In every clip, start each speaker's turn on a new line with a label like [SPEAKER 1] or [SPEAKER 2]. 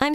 [SPEAKER 1] I'm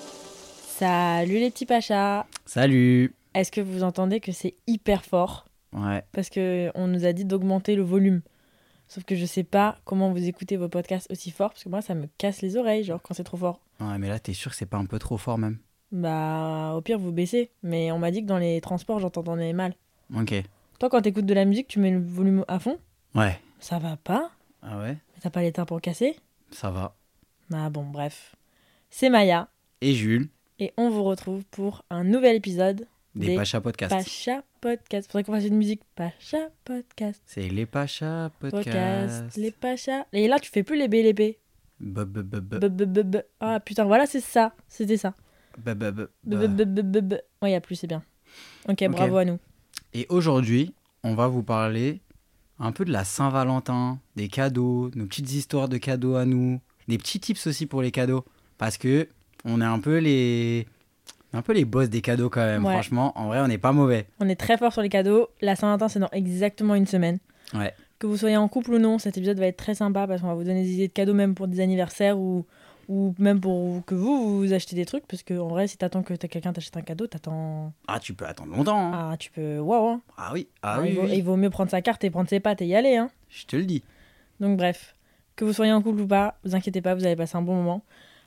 [SPEAKER 2] Salut les petits pachas
[SPEAKER 3] Salut
[SPEAKER 2] Est-ce que vous entendez que c'est hyper fort
[SPEAKER 3] Ouais,
[SPEAKER 2] Parce que on nous a dit d'augmenter le volume. Sauf que je sais pas comment vous écoutez vos podcasts aussi fort, parce que moi ça me casse les oreilles, genre quand c'est trop fort.
[SPEAKER 3] ouais mais là, t'es sûr que c'est pas un peu trop fort même
[SPEAKER 2] Bah au pire vous baissez, mais on m'a dit que dans les transports j'entendais mal.
[SPEAKER 3] Ok.
[SPEAKER 2] Toi quand t'écoutes de la musique tu mets le volume à fond,
[SPEAKER 3] Ouais.
[SPEAKER 2] ça va pas
[SPEAKER 3] Ah ouais
[SPEAKER 2] Mais T'as pas les tympans cassés
[SPEAKER 3] Ça va.
[SPEAKER 2] Bah bon bref. C'est Maya,
[SPEAKER 3] Et Jules,
[SPEAKER 2] et on vous retrouve pour un nouvel épisode
[SPEAKER 3] des,
[SPEAKER 2] Des
[SPEAKER 3] Pacha Podcast.
[SPEAKER 2] Pacha Podcast. Faudrait qu'on fasse une musique Pacha Podcast.
[SPEAKER 3] C'est les Pacha
[SPEAKER 2] Podcast,
[SPEAKER 3] Podcast.
[SPEAKER 2] les Pachas. Et là, tu fais plus les B, les B.
[SPEAKER 3] Bup, bup, bup, bup.
[SPEAKER 2] B, B, B, B. Ah putain, voilà, c'est ça. C'était ça.
[SPEAKER 3] Bup, bup, bup,
[SPEAKER 2] B,
[SPEAKER 3] bup.
[SPEAKER 2] B, B, B, B. Ouais, y a plus, c'est bien. Ok,
[SPEAKER 3] Bah. Ok.
[SPEAKER 2] bravo à nous.
[SPEAKER 3] Et aujourd'hui, on va vous parler un peu de la Saint-Valentin, des cadeaux, nos petites histoires de cadeaux à nous, des petits tips aussi pour les cadeaux, parce que on est un peu les, un peu les boss des cadeaux quand même.
[SPEAKER 2] Ouais.
[SPEAKER 3] Franchement, en vrai, on n'est pas mauvais.
[SPEAKER 2] On est très fort sur les cadeaux. La Saint-Valentin, c'est dans exactement une semaine.
[SPEAKER 3] Ouais.
[SPEAKER 2] Que vous soyez en couple ou non, cet épisode va être très sympa parce qu'on va vous donner des idées de cadeaux, même pour des anniversaires ou, ou même pour que vous, vous achetez des trucs. Parce que en vrai, si t'attends que t'as- quelqu'un t'achète un cadeau, t'attends.
[SPEAKER 3] Ah, tu peux attendre longtemps. hein.
[SPEAKER 2] Ah, tu peux. Waouh! hein.
[SPEAKER 3] Ah, oui. Ah oui.
[SPEAKER 2] il, vaut,
[SPEAKER 3] oui.
[SPEAKER 2] il vaut mieux prendre sa carte et prendre ses pattes et y aller, hein.
[SPEAKER 3] Je te le dis.
[SPEAKER 2] Donc bref, que vous soyez en couple ou pas, vous inquiétez pas, vous allez passer un bon moment.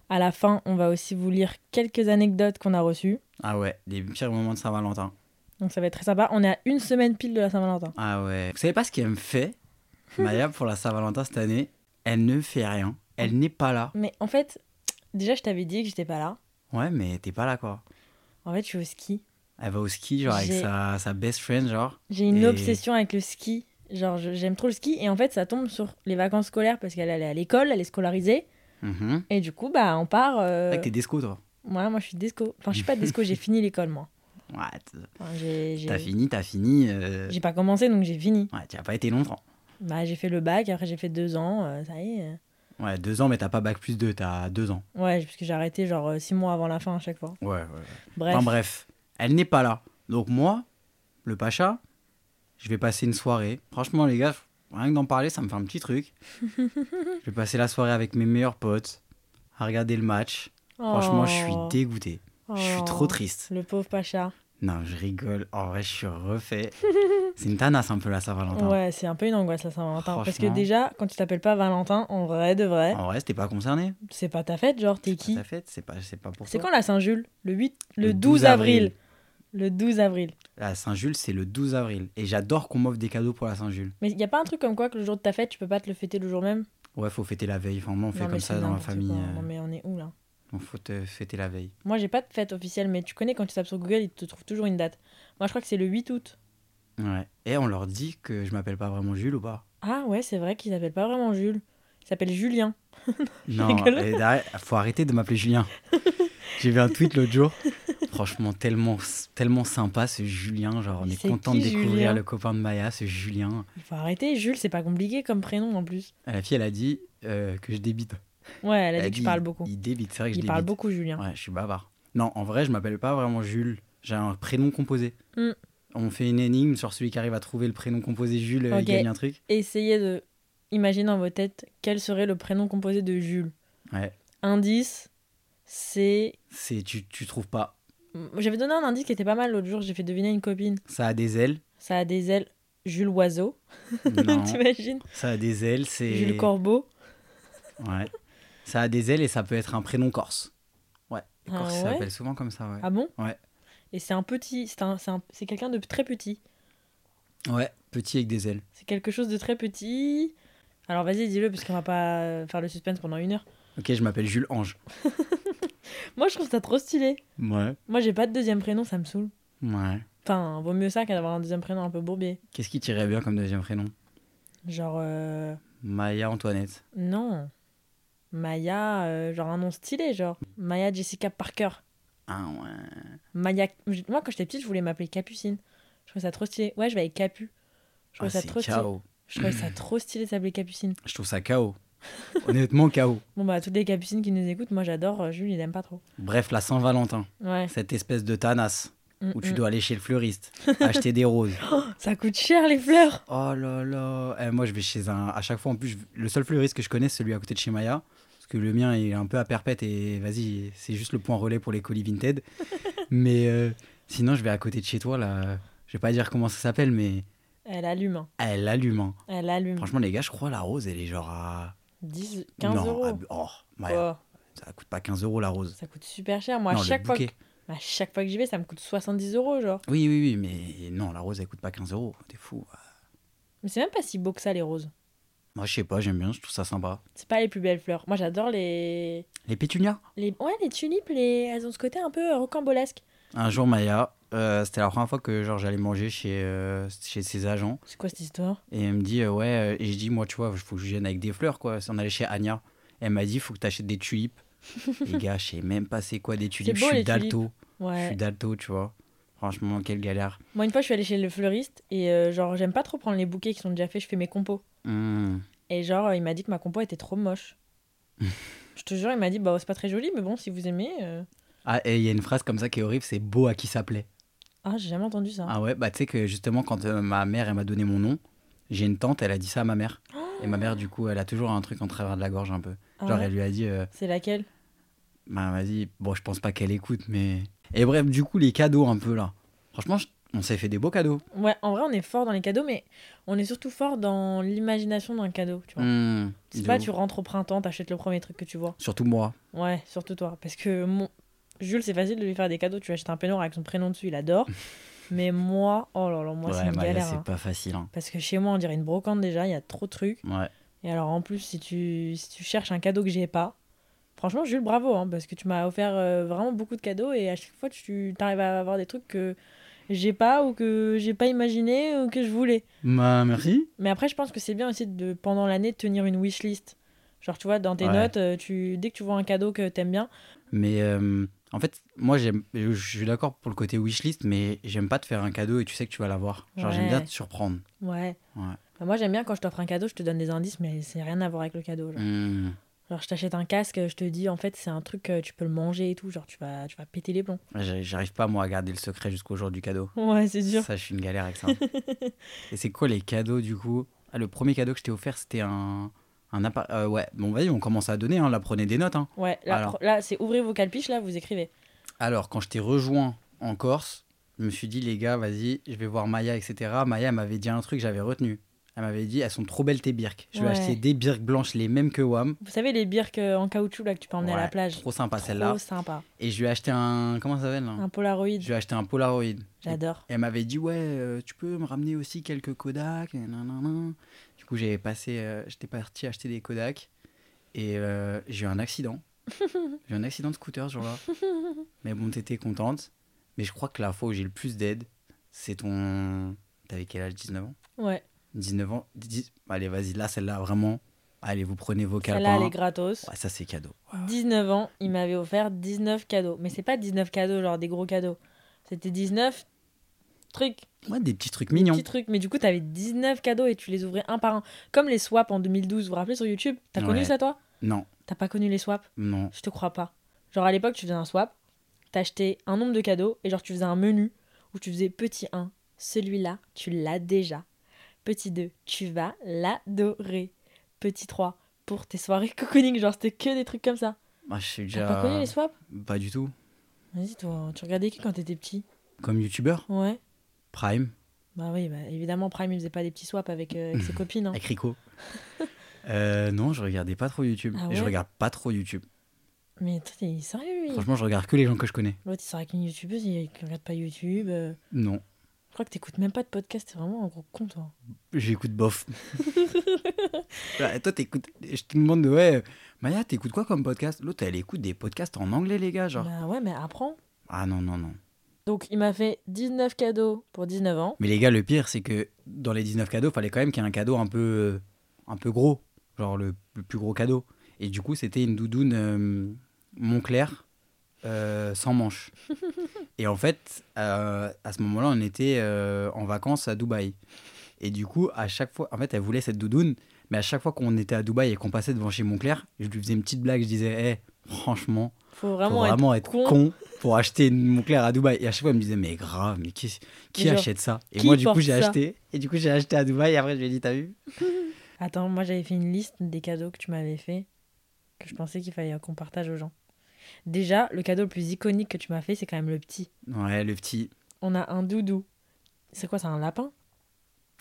[SPEAKER 2] À la fin, on va aussi vous lire quelques anecdotes qu'on a reçues.
[SPEAKER 3] Ah ouais, les pires moments de Saint-Valentin.
[SPEAKER 2] Donc ça va être très sympa. On est à une semaine pile de la Saint-Valentin.
[SPEAKER 3] Ah ouais. Vous savez pas ce qu'elle me fait Maya pour la Saint-Valentin cette année Elle ne fait rien. Elle n'est pas là.
[SPEAKER 2] Mais en fait, déjà je t'avais dit que j'étais pas là.
[SPEAKER 3] Ouais, mais t'es pas là quoi.
[SPEAKER 2] En fait, je suis au ski.
[SPEAKER 3] Elle va au ski genre avec
[SPEAKER 2] J'ai-
[SPEAKER 3] sa, sa best friend genre.
[SPEAKER 2] J'ai une
[SPEAKER 3] Et-
[SPEAKER 2] obsession avec le ski. Genre je- j'aime trop le ski et en fait ça tombe sur les vacances scolaires parce qu'elle elle est à l'école, elle est scolarisée
[SPEAKER 3] Mhm.
[SPEAKER 2] et du coup bah on part. euh,
[SPEAKER 3] T'es que t'es disco toi.
[SPEAKER 2] Ouais, moi je suis disco. Enfin je suis pas disco, j'ai fini l'école moi.
[SPEAKER 3] Ouais, t-
[SPEAKER 2] Enfin, j'ai-
[SPEAKER 3] t'as
[SPEAKER 2] j'ai
[SPEAKER 3] fini, t'as fini. euh,
[SPEAKER 2] j'ai pas commencé donc j'ai fini.
[SPEAKER 3] Ouais, t'y as pas été longtemps.
[SPEAKER 2] Bah, j'ai fait le bac, après j'ai fait deux ans, euh, ça y est. euh.
[SPEAKER 3] Ouais, deux ans, mais t'as pas bac plus deux, t'as deux ans.
[SPEAKER 2] Ouais, parce que j'ai arrêté genre euh, six mois avant la fin à chaque fois.
[SPEAKER 3] Ouais, ouais.
[SPEAKER 2] Bref.
[SPEAKER 3] Enfin bref, elle n'est pas là. Donc moi, le Pacha, je vais passer une soirée. Franchement les gars, rien que d'en parler, ça me fait un petit truc. je vais passer la soirée avec mes meilleurs potes, à regarder le match. Franchement, je suis
[SPEAKER 2] Oh,
[SPEAKER 3] dégoûté. Je suis
[SPEAKER 2] oh,
[SPEAKER 3] trop triste.
[SPEAKER 2] Le pauvre Pacha.
[SPEAKER 3] Non, je rigole. En vrai, je suis refait. C'est une tanasse un peu la Saint-Valentin.
[SPEAKER 2] Ouais, c'est un peu une angoisse la Saint-Valentin. Parce que
[SPEAKER 3] Franchement.
[SPEAKER 2] déjà, quand tu t'appelles pas Valentin, en vrai de vrai,
[SPEAKER 3] En vrai, t'es pas concerné.
[SPEAKER 2] c'est pas ta fête, genre t'es
[SPEAKER 3] C'est
[SPEAKER 2] qui
[SPEAKER 3] pas ta fête, c'est pas, c'est pas pour
[SPEAKER 2] C'est
[SPEAKER 3] toi.
[SPEAKER 2] quand la Saint-Jules Le 8 Le,
[SPEAKER 3] Le
[SPEAKER 2] 12
[SPEAKER 3] 12
[SPEAKER 2] avril.
[SPEAKER 3] avril.
[SPEAKER 2] Le 12 avril.
[SPEAKER 3] La Saint-Jules, c'est le 12 avril. Et j'adore qu'on m'offre des cadeaux pour la Saint-Jules.
[SPEAKER 2] Mais y a pas un truc comme quoi que le jour de ta fête, tu peux pas te le fêter le jour même
[SPEAKER 3] Ouais, faut fêter la veille. Enfin, moi, on fait
[SPEAKER 2] Non, mais
[SPEAKER 3] comme
[SPEAKER 2] c'est
[SPEAKER 3] ça dans la
[SPEAKER 2] n'importe
[SPEAKER 3] famille.
[SPEAKER 2] quoi.
[SPEAKER 3] euh,
[SPEAKER 2] Non, mais on est où là
[SPEAKER 3] on faut te fêter la veille.
[SPEAKER 2] Moi, j'ai pas de fête officielle, mais tu connais quand tu tapes sur Google, il te trouve toujours une date. Moi, je crois que c'est le 8 août.
[SPEAKER 3] Ouais. Et on leur dit que je m'appelle pas vraiment Jules ou pas
[SPEAKER 2] Ah ouais, c'est vrai qu'il s'appelle pas vraiment Jules. Il s'appelle Julien.
[SPEAKER 3] Non,
[SPEAKER 2] rigole.
[SPEAKER 3] et derrière, faut arrêter de m'appeler Julien. J'ai vu un tweet l'autre jour. Franchement, tellement, tellement sympa ce Julien. Genre, on est,
[SPEAKER 2] C'est
[SPEAKER 3] content
[SPEAKER 2] qui,
[SPEAKER 3] de découvrir
[SPEAKER 2] Julien
[SPEAKER 3] le copain de Maya, ce Julien.
[SPEAKER 2] Il faut arrêter, Jules, c'est pas compliqué comme prénom en plus.
[SPEAKER 3] La fille, elle a dit euh, que je débite.
[SPEAKER 2] Ouais, elle a
[SPEAKER 3] Bah,
[SPEAKER 2] dit que tu parles beaucoup.
[SPEAKER 3] Il débite, c'est vrai que
[SPEAKER 2] Il,
[SPEAKER 3] je
[SPEAKER 2] parle
[SPEAKER 3] débite.
[SPEAKER 2] beaucoup, hein. Julien.
[SPEAKER 3] Ouais, je suis bavard. Non, en vrai, je m'appelle pas vraiment Jules. J'ai un prénom composé.
[SPEAKER 2] Mm.
[SPEAKER 3] On fait une énigme sur celui qui arrive à trouver le prénom composé Jules, euh,
[SPEAKER 2] Ok.
[SPEAKER 3] il gagne un truc.
[SPEAKER 2] Essayez de imaginer dans vos têtes quel serait le prénom composé de Jules.
[SPEAKER 3] Ouais.
[SPEAKER 2] Indice, c'est.
[SPEAKER 3] C'est tu, tu trouves pas.
[SPEAKER 2] J'avais donné un indice qui était pas mal l'autre jour, j'ai fait deviner à une copine.
[SPEAKER 3] Ça a des ailes.
[SPEAKER 2] Ça a des ailes, Jules Oiseau,
[SPEAKER 3] non.
[SPEAKER 2] t'imagines
[SPEAKER 3] Ça a des ailes, c'est.
[SPEAKER 2] Jules Corbeau.
[SPEAKER 3] Ouais. Ça a des ailes et ça peut être un prénom corse. Ouais. Les
[SPEAKER 2] Ah
[SPEAKER 3] Corses
[SPEAKER 2] ouais
[SPEAKER 3] s'appellent souvent comme ça, ouais.
[SPEAKER 2] Ah bon
[SPEAKER 3] Ouais.
[SPEAKER 2] Et c'est un petit, c'est un- c'est un- c'est quelqu'un de très petit. Ah.
[SPEAKER 3] Ouais, petit avec des ailes.
[SPEAKER 2] C'est quelque chose de très petit. Alors vas-y, dis-le, parce qu'on va pas euh, faire le suspense pendant une heure.
[SPEAKER 3] Ok, je m'appelle Jules Ange.
[SPEAKER 2] Moi, je trouve ça trop stylé.
[SPEAKER 3] Ouais.
[SPEAKER 2] Moi, j'ai pas de deuxième prénom, ça me saoule.
[SPEAKER 3] Ouais.
[SPEAKER 2] Enfin, vaut mieux ça qu'à avoir un deuxième prénom un peu bourbier.
[SPEAKER 3] Qu'est-ce qui tirait bien comme deuxième prénom
[SPEAKER 2] Genre. euh,
[SPEAKER 3] Maya Antoinette.
[SPEAKER 2] Non. Maya, euh, genre un nom stylé, genre. Maya Jessica Parker.
[SPEAKER 3] Ah ouais.
[SPEAKER 2] Maya. je- Moi, quand j'étais petite, je voulais m'appeler Capucine. Je trouvais ça trop stylé. Ouais, je vais avec Capu. Je
[SPEAKER 3] Ah,
[SPEAKER 2] trouvais ça
[SPEAKER 3] c'est
[SPEAKER 2] trop stylé.
[SPEAKER 3] KO.
[SPEAKER 2] Je trouvais ça trop stylé de s'appeler Capucine.
[SPEAKER 3] Je trouve ça KO. Honnêtement KO.
[SPEAKER 2] Bon, bah, toutes les Capucines qui nous écoutent, moi j'adore. euh, Jules, il aime pas trop.
[SPEAKER 3] Bref, la Saint-Valentin.
[SPEAKER 2] Ouais.
[SPEAKER 3] Cette espèce de tanasse où tu
[SPEAKER 2] Mm, mm.
[SPEAKER 3] dois aller chez le fleuriste, acheter des roses.
[SPEAKER 2] Ça coûte cher les fleurs.
[SPEAKER 3] Oh là là. Eh, moi, je vais chez un. À chaque fois, en plus, je- le seul fleuriste que je connais, c'est celui à côté de chez Maya. Parce que le mien, il est un peu à perpète et vas-y, c'est juste le point relais pour les colis Vinted. mais euh, sinon, je vais à côté de chez toi, là. Je vais pas dire comment ça s'appelle, mais eh,
[SPEAKER 2] Elle allume. hein.
[SPEAKER 3] elle allume. hein.
[SPEAKER 2] Elle allume.
[SPEAKER 3] Franchement, les gars, je crois la rose, elle est genre à.
[SPEAKER 2] 10, 15
[SPEAKER 3] non,
[SPEAKER 2] euros.
[SPEAKER 3] à- Oh, Maya,
[SPEAKER 2] Quoi
[SPEAKER 3] ça coûte pas 15 euros la rose.
[SPEAKER 2] Ça coûte super cher. Moi,
[SPEAKER 3] Non,
[SPEAKER 2] à,
[SPEAKER 3] le
[SPEAKER 2] chaque fois que...
[SPEAKER 3] bouquet.
[SPEAKER 2] à chaque fois que j'y vais, ça me coûte 70 euros, genre.
[SPEAKER 3] Oui, oui, oui, mais non, la rose, elle coûte pas 15 euros. T'es fou.
[SPEAKER 2] Mais c'est même pas si beau que ça, les roses.
[SPEAKER 3] Moi, je sais pas, j'aime bien, je trouve ça sympa.
[SPEAKER 2] C'est pas les plus belles fleurs. Moi, j'adore les...
[SPEAKER 3] Les pétunias
[SPEAKER 2] les. Ouais, les tulipes, les... elles ont ce côté un peu euh, rocambolesque.
[SPEAKER 3] Un jour, Maya, euh, c'était la première fois que genre j'allais manger chez, euh, chez ses agents.
[SPEAKER 2] C'est quoi cette histoire
[SPEAKER 3] Et elle me dit, euh, ouais, euh, et je dis, moi, tu vois, faut que je vienne avec des fleurs, quoi. On allait chez Anya. Elle m'a dit, faut que t'achètes des tulipes. les gars, je sais même pas c'est quoi des tulipes.
[SPEAKER 2] beau,
[SPEAKER 3] je suis
[SPEAKER 2] les tulipes.
[SPEAKER 3] dalto. Je
[SPEAKER 2] Ouais.
[SPEAKER 3] suis dalto, tu vois. Franchement, quelle galère.
[SPEAKER 2] Moi, une fois, je suis allée chez le fleuriste et, euh, genre, j'aime pas trop prendre les bouquets qui sont déjà faits. Je fais mes compos.
[SPEAKER 3] Hum,
[SPEAKER 2] Et, genre, euh, il m'a dit que ma compo était trop moche. je te jure, il m'a dit, bah, c'est pas très joli, mais bon, si vous aimez. euh.
[SPEAKER 3] Ah, et il y a une phrase comme ça qui est horrible, c'est beau à qui ça plaît.
[SPEAKER 2] Ah, j'ai jamais entendu ça.
[SPEAKER 3] Ah ouais, bah tu sais que justement, quand euh, ma mère, elle m'a donné mon nom, j'ai une tante, elle a dit ça à ma mère. Et ma mère, du coup, elle a toujours un truc en travers de la gorge un peu.
[SPEAKER 2] Ah
[SPEAKER 3] Genre,
[SPEAKER 2] ouais
[SPEAKER 3] elle lui a dit, euh,
[SPEAKER 2] C'est laquelle
[SPEAKER 3] bah vas-y, bon, je pense pas qu'elle écoute, mais. Et bref, du coup, les cadeaux un peu là. Franchement, je- on s'est fait des beaux cadeaux.
[SPEAKER 2] Ouais, en vrai, on est fort dans les cadeaux, mais on est surtout fort dans l'imagination d'un cadeau, tu vois.
[SPEAKER 3] Hmm,
[SPEAKER 2] C'est
[SPEAKER 3] de
[SPEAKER 2] pas
[SPEAKER 3] ouf.
[SPEAKER 2] tu rentres au printemps, t'achètes le premier truc que tu vois.
[SPEAKER 3] Surtout moi.
[SPEAKER 2] Ouais, surtout toi. Parce que mon... Jules, c'est facile de lui faire des cadeaux. Tu lui achètes un peignoir avec son prénom dessus, il adore. mais moi, oh là là, moi, c'est
[SPEAKER 3] ouais,
[SPEAKER 2] une
[SPEAKER 3] Maya,
[SPEAKER 2] galère.
[SPEAKER 3] c'est
[SPEAKER 2] hein.
[SPEAKER 3] pas facile. hein.
[SPEAKER 2] Parce que chez moi, on dirait une brocante déjà, il y a trop de trucs.
[SPEAKER 3] Ouais.
[SPEAKER 2] Et alors, en plus, si tu, si tu cherches un cadeau que j'ai pas, franchement, Jules, bravo, hein, parce que tu m'as offert euh, vraiment beaucoup de cadeaux et à chaque fois, tu arrives à avoir des trucs que j'ai pas ou que j'ai pas imaginé ou que je voulais.
[SPEAKER 3] Bah, merci.
[SPEAKER 2] Mais après, je pense que c'est bien aussi de, pendant l'année, de tenir une wish list. Genre, tu vois, dans tes
[SPEAKER 3] Ouais.
[SPEAKER 2] notes, euh, tu, dès que tu vois un cadeau que t'aimes bien,
[SPEAKER 3] Mais euh, en fait, moi, j'aime, je je suis d'accord pour le côté wishlist, mais j'aime pas te faire un cadeau et tu sais que tu vas l'avoir. Genre, j'aime
[SPEAKER 2] Ouais.
[SPEAKER 3] bien te surprendre.
[SPEAKER 2] ouais.
[SPEAKER 3] Ouais.
[SPEAKER 2] Bah, moi, j'aime bien quand je t'offre un cadeau, je te donne des indices, mais c'est rien à voir avec le cadeau. Genre,
[SPEAKER 3] Hmm.
[SPEAKER 2] Genre, je t'achète un casque, je te dis, en fait, c'est un truc, euh, tu peux le manger et tout. Genre, tu vas, tu vas péter les plombs.
[SPEAKER 3] J'a- J'arrive pas, moi, à garder le secret jusqu'au jour du cadeau.
[SPEAKER 2] Ouais, c'est dur.
[SPEAKER 3] Ça, je suis une galère avec ça. hein. Et c'est quoi les cadeaux, du coup Ah, Le premier cadeau que je t'ai offert, c'était un... un appare- euh, ouais, bon, vas-y, on commence à donner. Hein. Là, prenez des notes. hein.
[SPEAKER 2] Ouais, là,
[SPEAKER 3] Alors.
[SPEAKER 2] pro- là c'est ouvrez vos calpiches, là, vous écrivez.
[SPEAKER 3] Alors, quand je t'ai rejoint en Corse, je me suis dit, les gars, vas-y, je vais voir Maya, etc. Maya elle m'avait dit un truc que j'avais retenu. Elle m'avait dit, elles sont trop belles tes birques. Je vais
[SPEAKER 2] Ouais.
[SPEAKER 3] acheter des birques blanches, les mêmes que Wam.
[SPEAKER 2] Vous savez, les birques euh, en caoutchouc, là, que tu peux emmener à la
[SPEAKER 3] Ouais,
[SPEAKER 2] plage.
[SPEAKER 3] Trop sympa
[SPEAKER 2] Trop
[SPEAKER 3] celle-là.
[SPEAKER 2] sympa.
[SPEAKER 3] Et je lui ai acheté un. Comment ça s'appelle là
[SPEAKER 2] Un Polaroid,
[SPEAKER 3] Je lui ai acheté un Polaroid.
[SPEAKER 2] j'adore.
[SPEAKER 3] Elle m'avait dit ouais, euh, tu peux me ramener aussi quelques Kodak. et nanana. Du coup, j'avais passé, euh, j'étais parti acheter des Kodak et euh, j'ai eu un accident. j'ai eu un accident de scooter ce jour-là. mais bon, t'étais contente. Mais je crois que la fois où j'ai le plus d'aide, c'est ton. T'avais quel âge 19 ans
[SPEAKER 2] Ouais,
[SPEAKER 3] 19 ans 10... Allez, vas-y, là, celle-là, vraiment. Allez, vous prenez vos
[SPEAKER 2] celle-là,
[SPEAKER 3] calepins.
[SPEAKER 2] elle est gratos.
[SPEAKER 3] Ouais, ça, c'est cadeau.
[SPEAKER 2] 19 ans, il m'avait offert 19 cadeaux. Mais c'est pas 19 cadeaux, genre des gros cadeaux. C'était 19 trucs,
[SPEAKER 3] Ouais, des petits trucs
[SPEAKER 2] des
[SPEAKER 3] mignons.
[SPEAKER 2] petits trucs. Mais du coup, t'avais 19 cadeaux et tu les ouvrais un par un. Comme les swaps en 2012, vous vous rappelez sur YouTube T'as
[SPEAKER 3] Ouais.
[SPEAKER 2] connu ça, toi
[SPEAKER 3] Non,
[SPEAKER 2] T'as pas connu les swaps
[SPEAKER 3] non.
[SPEAKER 2] Je te crois pas. Genre à l'époque, tu faisais un swap, t'achetais un nombre de cadeaux et genre tu faisais un menu où tu faisais petit 1, celui-là, tu l'as déjà. Petit 2, tu vas l'adorer. Petit 3, pour tes soirées cocooning, genre c'était que des trucs comme ça.
[SPEAKER 3] Moi, Ah, je suis
[SPEAKER 2] T'as
[SPEAKER 3] déjà.
[SPEAKER 2] pas connu les swaps
[SPEAKER 3] Pas du tout.
[SPEAKER 2] Vas-y, toi, hein. tu regardais qui quand t'étais petit
[SPEAKER 3] Comme youtubeur,
[SPEAKER 2] Ouais.
[SPEAKER 3] Prime.
[SPEAKER 2] Bah oui, bah, évidemment, Prime, il faisait pas des petits swaps avec, euh, avec ses copines. hein.
[SPEAKER 3] Avec Rico. Euh, non, je regardais pas trop YouTube.
[SPEAKER 2] Ah
[SPEAKER 3] Et je
[SPEAKER 2] ouais
[SPEAKER 3] regarde pas trop YouTube.
[SPEAKER 2] Mais toi, t'es sérieux, lui
[SPEAKER 3] Franchement, je regarde que les gens que je connais.
[SPEAKER 2] L'autre, il sort avec une youtubeuse, il il regarde pas YouTube. euh.
[SPEAKER 3] Non,
[SPEAKER 2] Je crois que t'écoutes même pas de podcast, t'es vraiment un gros con, toi.
[SPEAKER 3] j'écoute bof. Ouais, toi, t'écoutes. Je te demande, ouais, euh, Maya, t'écoutes Ah. quoi comme podcast L'autre, elle écoute des podcasts en anglais, les gars, genre.
[SPEAKER 2] Bah ouais, mais apprends.
[SPEAKER 3] Ah non, non, non.
[SPEAKER 2] Donc il m'a fait 19 cadeaux pour 19 ans.
[SPEAKER 3] Mais les gars, le pire, c'est que dans les 19 cadeaux, fallait quand même qu'il y ait un cadeau un peu, un peu gros, genre le, le plus gros cadeau. Et du coup, c'était une doudoune euh, Montclair euh, sans manche. Et en fait, euh, à ce moment-là, on était euh, en vacances à Dubaï. Et du coup, à chaque fois, en fait, elle voulait cette doudoune, mais à chaque fois qu'on était à Dubaï et qu'on passait devant chez Montclair, je lui faisais une petite blague, je disais, hé, franchement,
[SPEAKER 2] Faut
[SPEAKER 3] faut
[SPEAKER 2] vraiment,
[SPEAKER 3] vraiment être,
[SPEAKER 2] con.
[SPEAKER 3] con. pour acheter une Montclair à Dubaï. Et à chaque fois, elle me disait, mais grave, mais qui, qui
[SPEAKER 2] Mais genre,
[SPEAKER 3] achète ça Et
[SPEAKER 2] qui
[SPEAKER 3] moi, du
[SPEAKER 2] porte
[SPEAKER 3] coup, j'ai
[SPEAKER 2] ça
[SPEAKER 3] acheté. Et du coup, j'ai acheté à Dubaï. Et après, je lui ai dit, t'as vu
[SPEAKER 2] Attends, moi j'avais fait une liste des cadeaux que tu m'avais fait, que je pensais qu'il fallait qu'on partage aux gens. Déjà, le cadeau le plus iconique que tu m'as fait, c'est quand même le petit.
[SPEAKER 3] Ouais, le petit.
[SPEAKER 2] On a un doudou. C'est quoi, c'est un lapin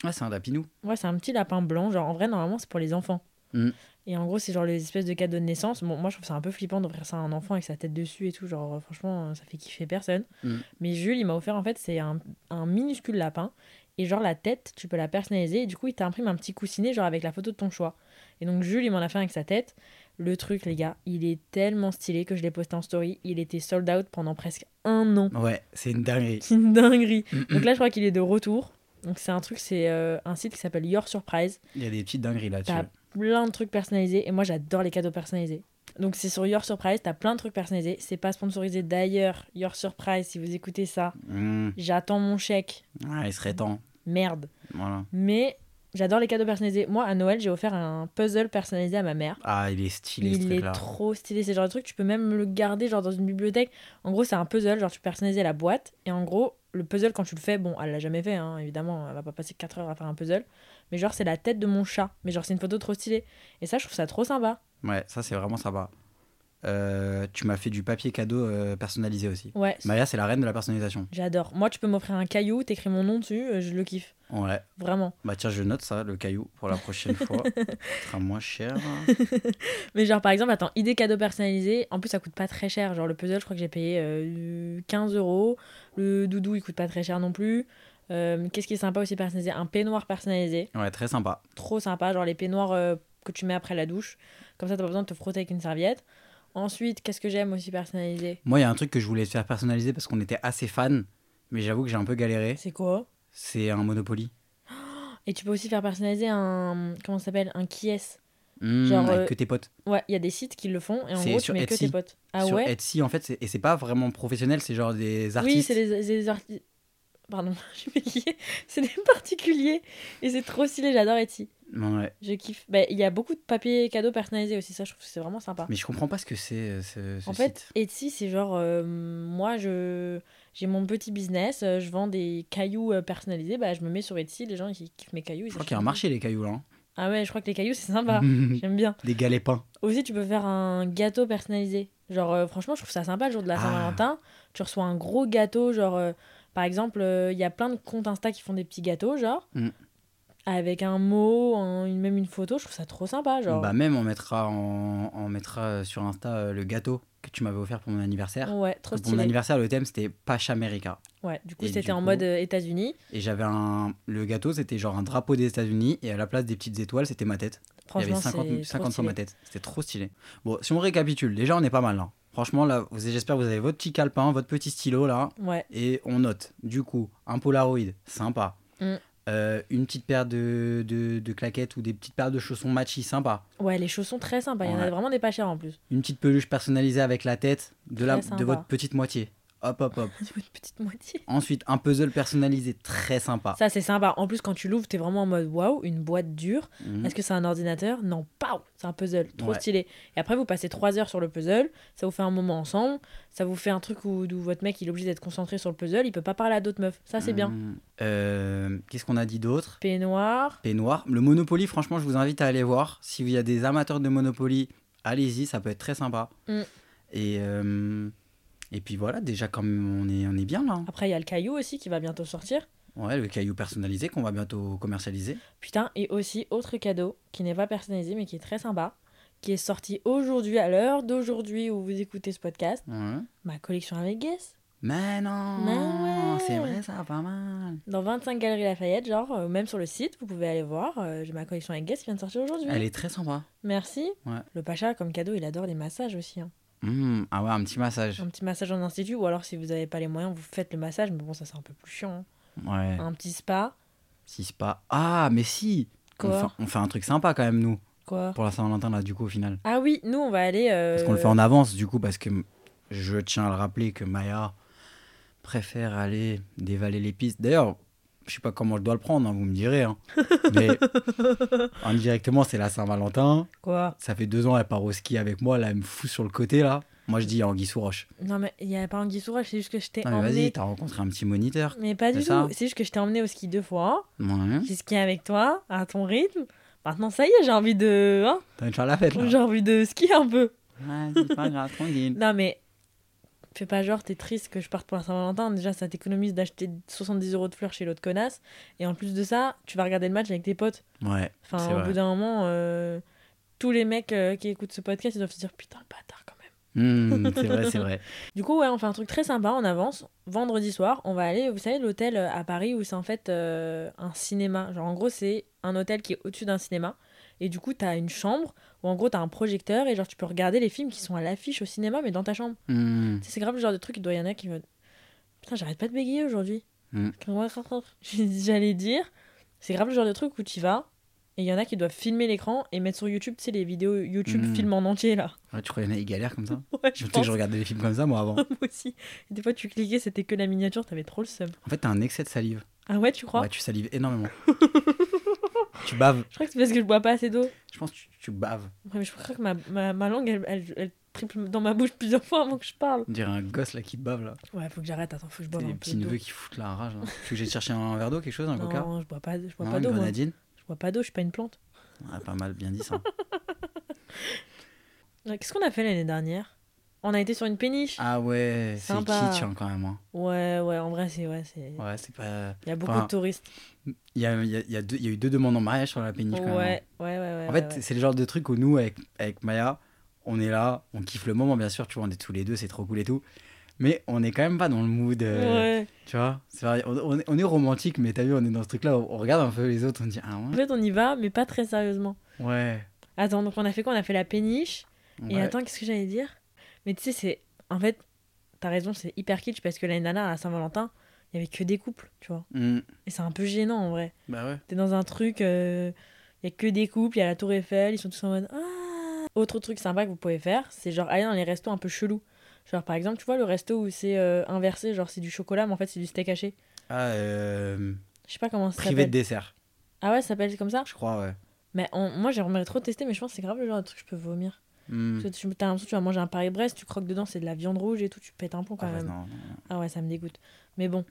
[SPEAKER 3] Ah, c'est un lapinou.
[SPEAKER 2] Ouais, c'est un petit lapin blanc. Genre, en vrai, normalement, c'est pour les enfants.
[SPEAKER 3] Mm.
[SPEAKER 2] Et en gros, c'est genre les espèces de cadeaux de naissance. Bon, moi, je trouve ça un peu flippant d'offrir ça à un enfant avec sa tête dessus et tout. Genre, euh, franchement, euh, ça fait kiffer personne.
[SPEAKER 3] Mm.
[SPEAKER 2] Mais Jules, il m'a offert, en fait, c'est un, un minuscule lapin. Et genre, la tête, tu peux la personnaliser. Et du coup, il t'imprime un petit coussinet, genre, avec la photo de ton choix. Et donc, Jules, il m'en a fait un avec sa tête. Le truc, les gars, il est tellement stylé que je l'ai posté en story. Il était sold out pendant presque un an.
[SPEAKER 3] Ouais, c'est une dinguerie.
[SPEAKER 2] C'est une dinguerie. Donc là, je crois qu'il est de retour. Donc c'est un truc, c'est euh, un site qui s'appelle Your Surprise.
[SPEAKER 3] Il y a des petites dingueries là-dessus.
[SPEAKER 2] T'as plein de trucs personnalisés et moi j'adore les cadeaux personnalisés. Donc c'est sur Your Surprise, t'as plein de trucs personnalisés. C'est pas sponsorisé d'ailleurs, Your Surprise, si vous écoutez ça.
[SPEAKER 3] Mmh.
[SPEAKER 2] J'attends mon chèque.
[SPEAKER 3] Ah, il serait temps.
[SPEAKER 2] Merde.
[SPEAKER 3] Voilà.
[SPEAKER 2] Mais j'adore les cadeaux personnalisés. Moi, à Noël, j'ai offert un puzzle personnalisé à ma mère.
[SPEAKER 3] Ah, il est stylé, ce
[SPEAKER 2] Il est
[SPEAKER 3] truc-là.
[SPEAKER 2] trop stylé, c'est le genre de truc, tu peux même le garder genre dans une bibliothèque. En gros, c'est un puzzle, genre tu personnalises la boîte, et en gros, le puzzle quand tu le fais, bon, elle l'a jamais fait, hein, évidemment, elle va pas passer 4 heures à faire un puzzle, mais genre c'est la tête de mon chat, mais genre c'est une photo trop stylée. Et ça, je trouve ça trop sympa.
[SPEAKER 3] Ouais, ça, c'est vraiment sympa. Euh, tu m'as fait du papier cadeau euh, personnalisé aussi.
[SPEAKER 2] Ouais,
[SPEAKER 3] Maya, c'est la reine de la personnalisation.
[SPEAKER 2] j'adore. Moi, tu peux m'offrir un caillou, t'écris mon nom dessus, euh, je le kiffe,
[SPEAKER 3] Ouais.
[SPEAKER 2] vraiment.
[SPEAKER 3] Bah tiens, je note ça, le caillou, pour la prochaine fois. Ce sera moins cher.
[SPEAKER 2] Mais genre, par exemple, attends, idée cadeau personnalisé, en plus ça coûte pas très cher. Genre, le puzzle, je crois que j'ai payé euh, 15 euros. Le doudou, il coûte pas très cher non plus. Euh, Qu'est-ce qui est sympa aussi personnalisé Un peignoir personnalisé,
[SPEAKER 3] Ouais, très sympa.
[SPEAKER 2] trop sympa. Genre, les peignoirs euh, que tu mets après la douche. Comme ça, t'as pas besoin de te frotter avec une serviette. Ensuite, qu'est-ce que j'aime aussi personnalisé
[SPEAKER 3] Moi, il y a un truc que je voulais faire personnaliser parce qu'on était assez fan, mais j'avoue que j'ai un peu galéré.
[SPEAKER 2] C'est quoi
[SPEAKER 3] C'est un Monopoly.
[SPEAKER 2] Et tu peux aussi faire personnaliser un. Comment ça s'appelle Un qui est
[SPEAKER 3] Mmh,
[SPEAKER 2] Genre,
[SPEAKER 3] avec
[SPEAKER 2] euh,
[SPEAKER 3] que tes potes.
[SPEAKER 2] Ouais, il y a des sites qui le font et en
[SPEAKER 3] C'est
[SPEAKER 2] gros, tu
[SPEAKER 3] sur
[SPEAKER 2] mets que
[SPEAKER 3] Etsy.
[SPEAKER 2] tes potes. Ah
[SPEAKER 3] Sur
[SPEAKER 2] ouais
[SPEAKER 3] Etsy, en fait, c'est- et c'est pas vraiment professionnel, c'est genre des artistes.
[SPEAKER 2] Oui, c'est les, c'est les artistes. Pardon, je suis béquillée. C'est des particuliers. Et c'est trop stylé, j'adore Etsy.
[SPEAKER 3] Ouais.
[SPEAKER 2] Je kiffe. Bah, Il y a beaucoup de papier cadeaux personnalisés aussi, ça, je trouve que c'est vraiment sympa.
[SPEAKER 3] Mais je comprends pas ce que c'est euh, ce, ce
[SPEAKER 2] en fait,
[SPEAKER 3] site.
[SPEAKER 2] Etsy, c'est genre, euh, moi, je j'ai mon petit business, euh, je vends des cailloux euh, personnalisés, bah, je me mets sur Etsy, les gens, ils kiffent mes cailloux. ils
[SPEAKER 3] Je crois
[SPEAKER 2] achètent
[SPEAKER 3] qu'il y a un
[SPEAKER 2] des-
[SPEAKER 3] marché, Mhm. les cailloux, là. hein.
[SPEAKER 2] Ah ouais, je crois que les cailloux, c'est sympa. J'aime bien.
[SPEAKER 3] des galets peints.
[SPEAKER 2] Aussi, tu peux faire un gâteau personnalisé. Genre, euh, franchement, je trouve ça sympa le jour de la
[SPEAKER 3] Ah.
[SPEAKER 2] Saint-Valentin. Tu reçois un gros gâteau, genre, euh, par exemple, euh, il y a plein de comptes Insta qui font des petits gâteaux, genre,
[SPEAKER 3] Mm.
[SPEAKER 2] avec un mot, un- une, même une photo. Je trouve ça trop sympa, genre.
[SPEAKER 3] Bah, même, on mettra, en- on mettra euh, sur Insta euh, le gâteau que tu m'avais offert pour mon anniversaire.
[SPEAKER 2] ouais, Oh, trop
[SPEAKER 3] pour mon
[SPEAKER 2] stylé.
[SPEAKER 3] anniversaire, le thème, c'était Pacha America.
[SPEAKER 2] Ouais, du coup,
[SPEAKER 3] Et
[SPEAKER 2] c'était
[SPEAKER 3] du
[SPEAKER 2] en
[SPEAKER 3] coup-
[SPEAKER 2] mode euh, États-Unis.
[SPEAKER 3] Et j'avais un. Le gâteau, c'était genre un drapeau des États-Unis, et à la place des petites étoiles, c'était ma tête. Il y
[SPEAKER 2] Franchement,
[SPEAKER 3] avait 50,
[SPEAKER 2] c'est
[SPEAKER 3] 50
[SPEAKER 2] trop
[SPEAKER 3] fois ma
[SPEAKER 2] stylé.
[SPEAKER 3] tête. C'était trop stylé. Bon, si on récapitule, déjà, on est pas mal là. Franchement, là, vous- j'espère que vous avez votre petit calepin, votre petit stylo là,
[SPEAKER 2] Ouais,
[SPEAKER 3] et on note. Du coup, un Polaroid, sympa.
[SPEAKER 2] Mm.
[SPEAKER 3] Euh, une petite paire de, de, de claquettes ou des petites paires de chaussons matchy, sympa.
[SPEAKER 2] ouais, les chaussons très sympas. Il y en a
[SPEAKER 3] Ouais.
[SPEAKER 2] vraiment des pas chers en plus.
[SPEAKER 3] Une petite peluche personnalisée avec la tête de, la,
[SPEAKER 2] Très sympa.
[SPEAKER 3] de votre petite moitié. Hop, hop, hop.
[SPEAKER 2] C'est une petite moitié.
[SPEAKER 3] Ensuite, un puzzle personnalisé, très sympa.
[SPEAKER 2] Ça, c'est sympa. En plus, quand tu l'ouvres, t'es vraiment en mode waouh, une boîte dure.
[SPEAKER 3] Mhm.
[SPEAKER 2] Est-ce que c'est un ordinateur Non, pao C'est un puzzle, trop
[SPEAKER 3] Ouais.
[SPEAKER 2] stylé. Et après, vous passez trois heures sur le puzzle, ça vous fait un moment ensemble, ça vous fait un truc où, d'où votre mec il est obligé d'être concentré sur le puzzle, il peut pas parler à d'autres meufs. Ça, c'est bien.
[SPEAKER 3] Mm. Euh, Qu'est-ce qu'on a dit d'autre
[SPEAKER 2] Peignoir.
[SPEAKER 3] Peignoir. Le Monopoly, franchement, je vous invite à aller voir. Si vous y a des amateurs de Monopoly, allez-y, ça peut être très sympa.
[SPEAKER 2] Mm.
[SPEAKER 3] Et, euh, et puis voilà, déjà, comme on est, on est bien là. hein.
[SPEAKER 2] Après, il y a le caillou aussi qui va bientôt sortir.
[SPEAKER 3] Ouais, le caillou personnalisé qu'on va bientôt commercialiser.
[SPEAKER 2] Putain, et aussi, autre cadeau qui n'est pas personnalisé mais qui est très sympa, qui est sorti aujourd'hui à l'heure d'aujourd'hui où vous écoutez ce podcast,
[SPEAKER 3] Ouais.
[SPEAKER 2] ma collection avec Guess.
[SPEAKER 3] Mais non
[SPEAKER 2] Mais ouais.
[SPEAKER 3] C'est vrai, ça, pas mal.
[SPEAKER 2] Dans 25 Galeries Lafayette, genre, euh, même sur le site, vous pouvez aller voir. euh, J'ai ma collection avec Guess qui vient de sortir aujourd'hui.
[SPEAKER 3] Elle est très sympa.
[SPEAKER 2] Merci.
[SPEAKER 3] Ouais.
[SPEAKER 2] Le Pacha, comme cadeau, il adore les massages aussi. hein.
[SPEAKER 3] Hmm, ah ouais, un petit massage.
[SPEAKER 2] Un petit massage en institut, ou alors si vous n'avez pas les moyens, vous faites le massage, mais bon, ça c'est un peu plus chiant.
[SPEAKER 3] Ouais.
[SPEAKER 2] hein. Un petit spa,
[SPEAKER 3] Si c'est pas. Ah, mais si on
[SPEAKER 2] Quoi
[SPEAKER 3] fait, on fait un truc sympa quand même, nous,
[SPEAKER 2] quoi.
[SPEAKER 3] pour la Saint-Valentin, là, du coup, au final.
[SPEAKER 2] Ah oui, nous on va aller. euh,
[SPEAKER 3] Parce qu'on le fait en avance, du coup, parce que m- je tiens à le rappeler que Maya préfère aller dévaler les pistes. D'ailleurs, je sais pas comment je dois le prendre, hein, vous me direz. hein. Mais indirectement, c'est la Saint-Valentin.
[SPEAKER 2] Quoi
[SPEAKER 3] Ça fait deux ans, elle part au ski avec moi, là, elle me fout sur le côté, là. Moi, je dis Anguille sous roche.
[SPEAKER 2] Non, mais il n'y avait pas un guissourage, c'est juste que je t'ai
[SPEAKER 3] Non, mais
[SPEAKER 2] emmené.
[SPEAKER 3] vas-y, t'as rencontré un petit moniteur.
[SPEAKER 2] Mais pas
[SPEAKER 3] C'est
[SPEAKER 2] du
[SPEAKER 3] ça. Hein
[SPEAKER 2] tout, c'est juste que je t'ai emmené au ski deux fois.
[SPEAKER 3] Ouais.
[SPEAKER 2] J'ai skié avec toi, à ton rythme. Maintenant, ça y est, j'ai envie de. hein,
[SPEAKER 3] T'as envie de faire la fête, là.
[SPEAKER 2] j'ai envie de skier un peu.
[SPEAKER 3] Ouais, c'est pas grave, tranquille.
[SPEAKER 2] Non, mais fais pas genre, t'es triste que je parte pour la Saint-Valentin. Déjà, ça t'économise d'acheter 70 euros de fleurs chez l'autre connasse. Et en plus de ça, tu vas regarder le match avec tes potes.
[SPEAKER 3] Ouais,
[SPEAKER 2] Enfin,
[SPEAKER 3] c'est
[SPEAKER 2] au
[SPEAKER 3] vrai.
[SPEAKER 2] bout d'un moment, euh, tous les mecs euh, qui écoutent ce podcast, ils doivent se dire putain, le bâtard quand même.
[SPEAKER 3] Hmm, c'est vrai, c'est vrai.
[SPEAKER 2] Du coup, ouais, on fait un truc très sympa, on avance. Vendredi soir, on va aller, vous savez, l'hôtel euh, à Paris où c'est en fait euh, un cinéma. Genre, en gros, c'est un hôtel qui est au-dessus d'un cinéma. Et du coup, t'as une chambre où en gros, t'as un projecteur et genre, tu peux regarder les films qui sont à l'affiche au cinéma, mais dans ta chambre.
[SPEAKER 3] Hmm.
[SPEAKER 2] Tu sais, C'est grave le genre de truc, il doit y en a qui me. Putain, j'arrête pas de bégayer aujourd'hui.
[SPEAKER 3] Mm.
[SPEAKER 2] J'allais dire, c'est grave le genre de truc où tu vas et il y en a qui doivent filmer l'écran et mettre sur YouTube, tu sais, les vidéos YouTube
[SPEAKER 3] Mm.
[SPEAKER 2] film en entier là.
[SPEAKER 3] Ouais, tu crois qu'il y en a qui galèrent comme ça
[SPEAKER 2] Ouais,
[SPEAKER 3] Je
[SPEAKER 2] je
[SPEAKER 3] sais que
[SPEAKER 2] pense
[SPEAKER 3] je regardais les films comme ça, moi, avant.
[SPEAKER 2] moi aussi. Et des fois, tu cliquais, c'était que la miniature, t'avais trop le seum.
[SPEAKER 3] En fait, t'as un excès de salive.
[SPEAKER 2] Ah ouais, tu crois
[SPEAKER 3] Ouais, tu salives énormément. tu baves.
[SPEAKER 2] Je crois que c'est parce que je bois pas assez d'eau. Ouais,
[SPEAKER 3] Je pense que tu, tu baves.
[SPEAKER 2] mais je crois que ma, ma, ma langue, elle, elle, elle triple dans ma bouche plusieurs fois avant que je parle.
[SPEAKER 3] On dirait un gosse là qui bave là.
[SPEAKER 2] Ouais, faut que j'arrête, attends, faut que je
[SPEAKER 3] T'as
[SPEAKER 2] boive
[SPEAKER 3] des
[SPEAKER 2] un
[SPEAKER 3] petits
[SPEAKER 2] peu d'eau.
[SPEAKER 3] neveux qui foutent la rage. Là. Tu veux que j'aille chercher un verre d'eau, quelque chose, un coca
[SPEAKER 2] Non, je bois pas, je bois
[SPEAKER 3] Non,
[SPEAKER 2] pas
[SPEAKER 3] une
[SPEAKER 2] d'eau, moi.
[SPEAKER 3] grenadine
[SPEAKER 2] Je bois pas d'eau, je suis pas une plante.
[SPEAKER 3] Ouais, Pas mal, bien dit ça.
[SPEAKER 2] Ouais, Qu'est-ce qu'on a fait l'année dernière On a été sur une péniche.
[SPEAKER 3] Ah ouais, c'est
[SPEAKER 2] Sympa.
[SPEAKER 3] kitsch hein, quand même. hein.
[SPEAKER 2] Ouais, ouais, en vrai, c'est. Ouais, c'est...
[SPEAKER 3] Ouais, c'est pas.
[SPEAKER 2] Il y a beaucoup
[SPEAKER 3] Enfin,
[SPEAKER 2] de touristes.
[SPEAKER 3] Il y a, il y a- il y a deux- il y a eu deux demandes en mariage sur la péniche
[SPEAKER 2] Ouais,
[SPEAKER 3] quand même. hein.
[SPEAKER 2] ouais, ouais, ouais.
[SPEAKER 3] En
[SPEAKER 2] ouais,
[SPEAKER 3] fait,
[SPEAKER 2] ouais.
[SPEAKER 3] c'est le genre de truc où nous, avec, avec Maya, on est là, on kiffe le moment, bien sûr, tu vois, on est tous les deux, c'est trop cool et tout. Mais on est quand même pas dans le mood. euh,
[SPEAKER 2] Ouais.
[SPEAKER 3] Tu vois c'est vrai, on, on est- on est romantique, mais t'as vu, on est dans ce truc-là, on, on regarde un peu les autres, on dit Ah
[SPEAKER 2] En
[SPEAKER 3] ouais
[SPEAKER 2] fait, on y va, mais pas très sérieusement.
[SPEAKER 3] Ouais.
[SPEAKER 2] Attends, donc on a fait quoi On a fait la péniche. Et
[SPEAKER 3] ouais.
[SPEAKER 2] attends, qu'est-ce que j'allais dire Mais tu sais, c'est. En fait, t'as raison, c'est hyper kitsch parce que l'année dernière, à Saint-Valentin, il y avait que des couples, tu vois.
[SPEAKER 3] Hmm.
[SPEAKER 2] Et c'est un peu gênant en vrai.
[SPEAKER 3] Bah ouais.
[SPEAKER 2] T'es dans un truc, euh, il y a que des couples, il y a la Tour Eiffel, ils sont tous en mode ah. Autre truc sympa que vous pouvez faire, c'est genre aller dans les restos un peu chelous. Genre par exemple, tu vois le resto où c'est euh, inversé, genre c'est du chocolat mais en fait c'est du steak haché.
[SPEAKER 3] Ah, euh,
[SPEAKER 2] Je sais pas comment ça
[SPEAKER 3] privé de
[SPEAKER 2] s'appelle.
[SPEAKER 3] dessert,
[SPEAKER 2] Ah ouais, ça s'appelle comme ça
[SPEAKER 3] je crois, ouais.
[SPEAKER 2] Mais on- moi j'aimerais trop tester mais je pense que c'est grave le genre de truc que je peux vomir.
[SPEAKER 3] Hmm.
[SPEAKER 2] Parce que tu- T'as l'impression que tu vas manger un Paris-Brest, tu croques dedans, c'est de la viande rouge et tout, tu pètes un plomb quand
[SPEAKER 3] Ah, ouais,
[SPEAKER 2] même.
[SPEAKER 3] non, non, non.
[SPEAKER 2] Ah ouais, ça me dégoûte. Mais bon.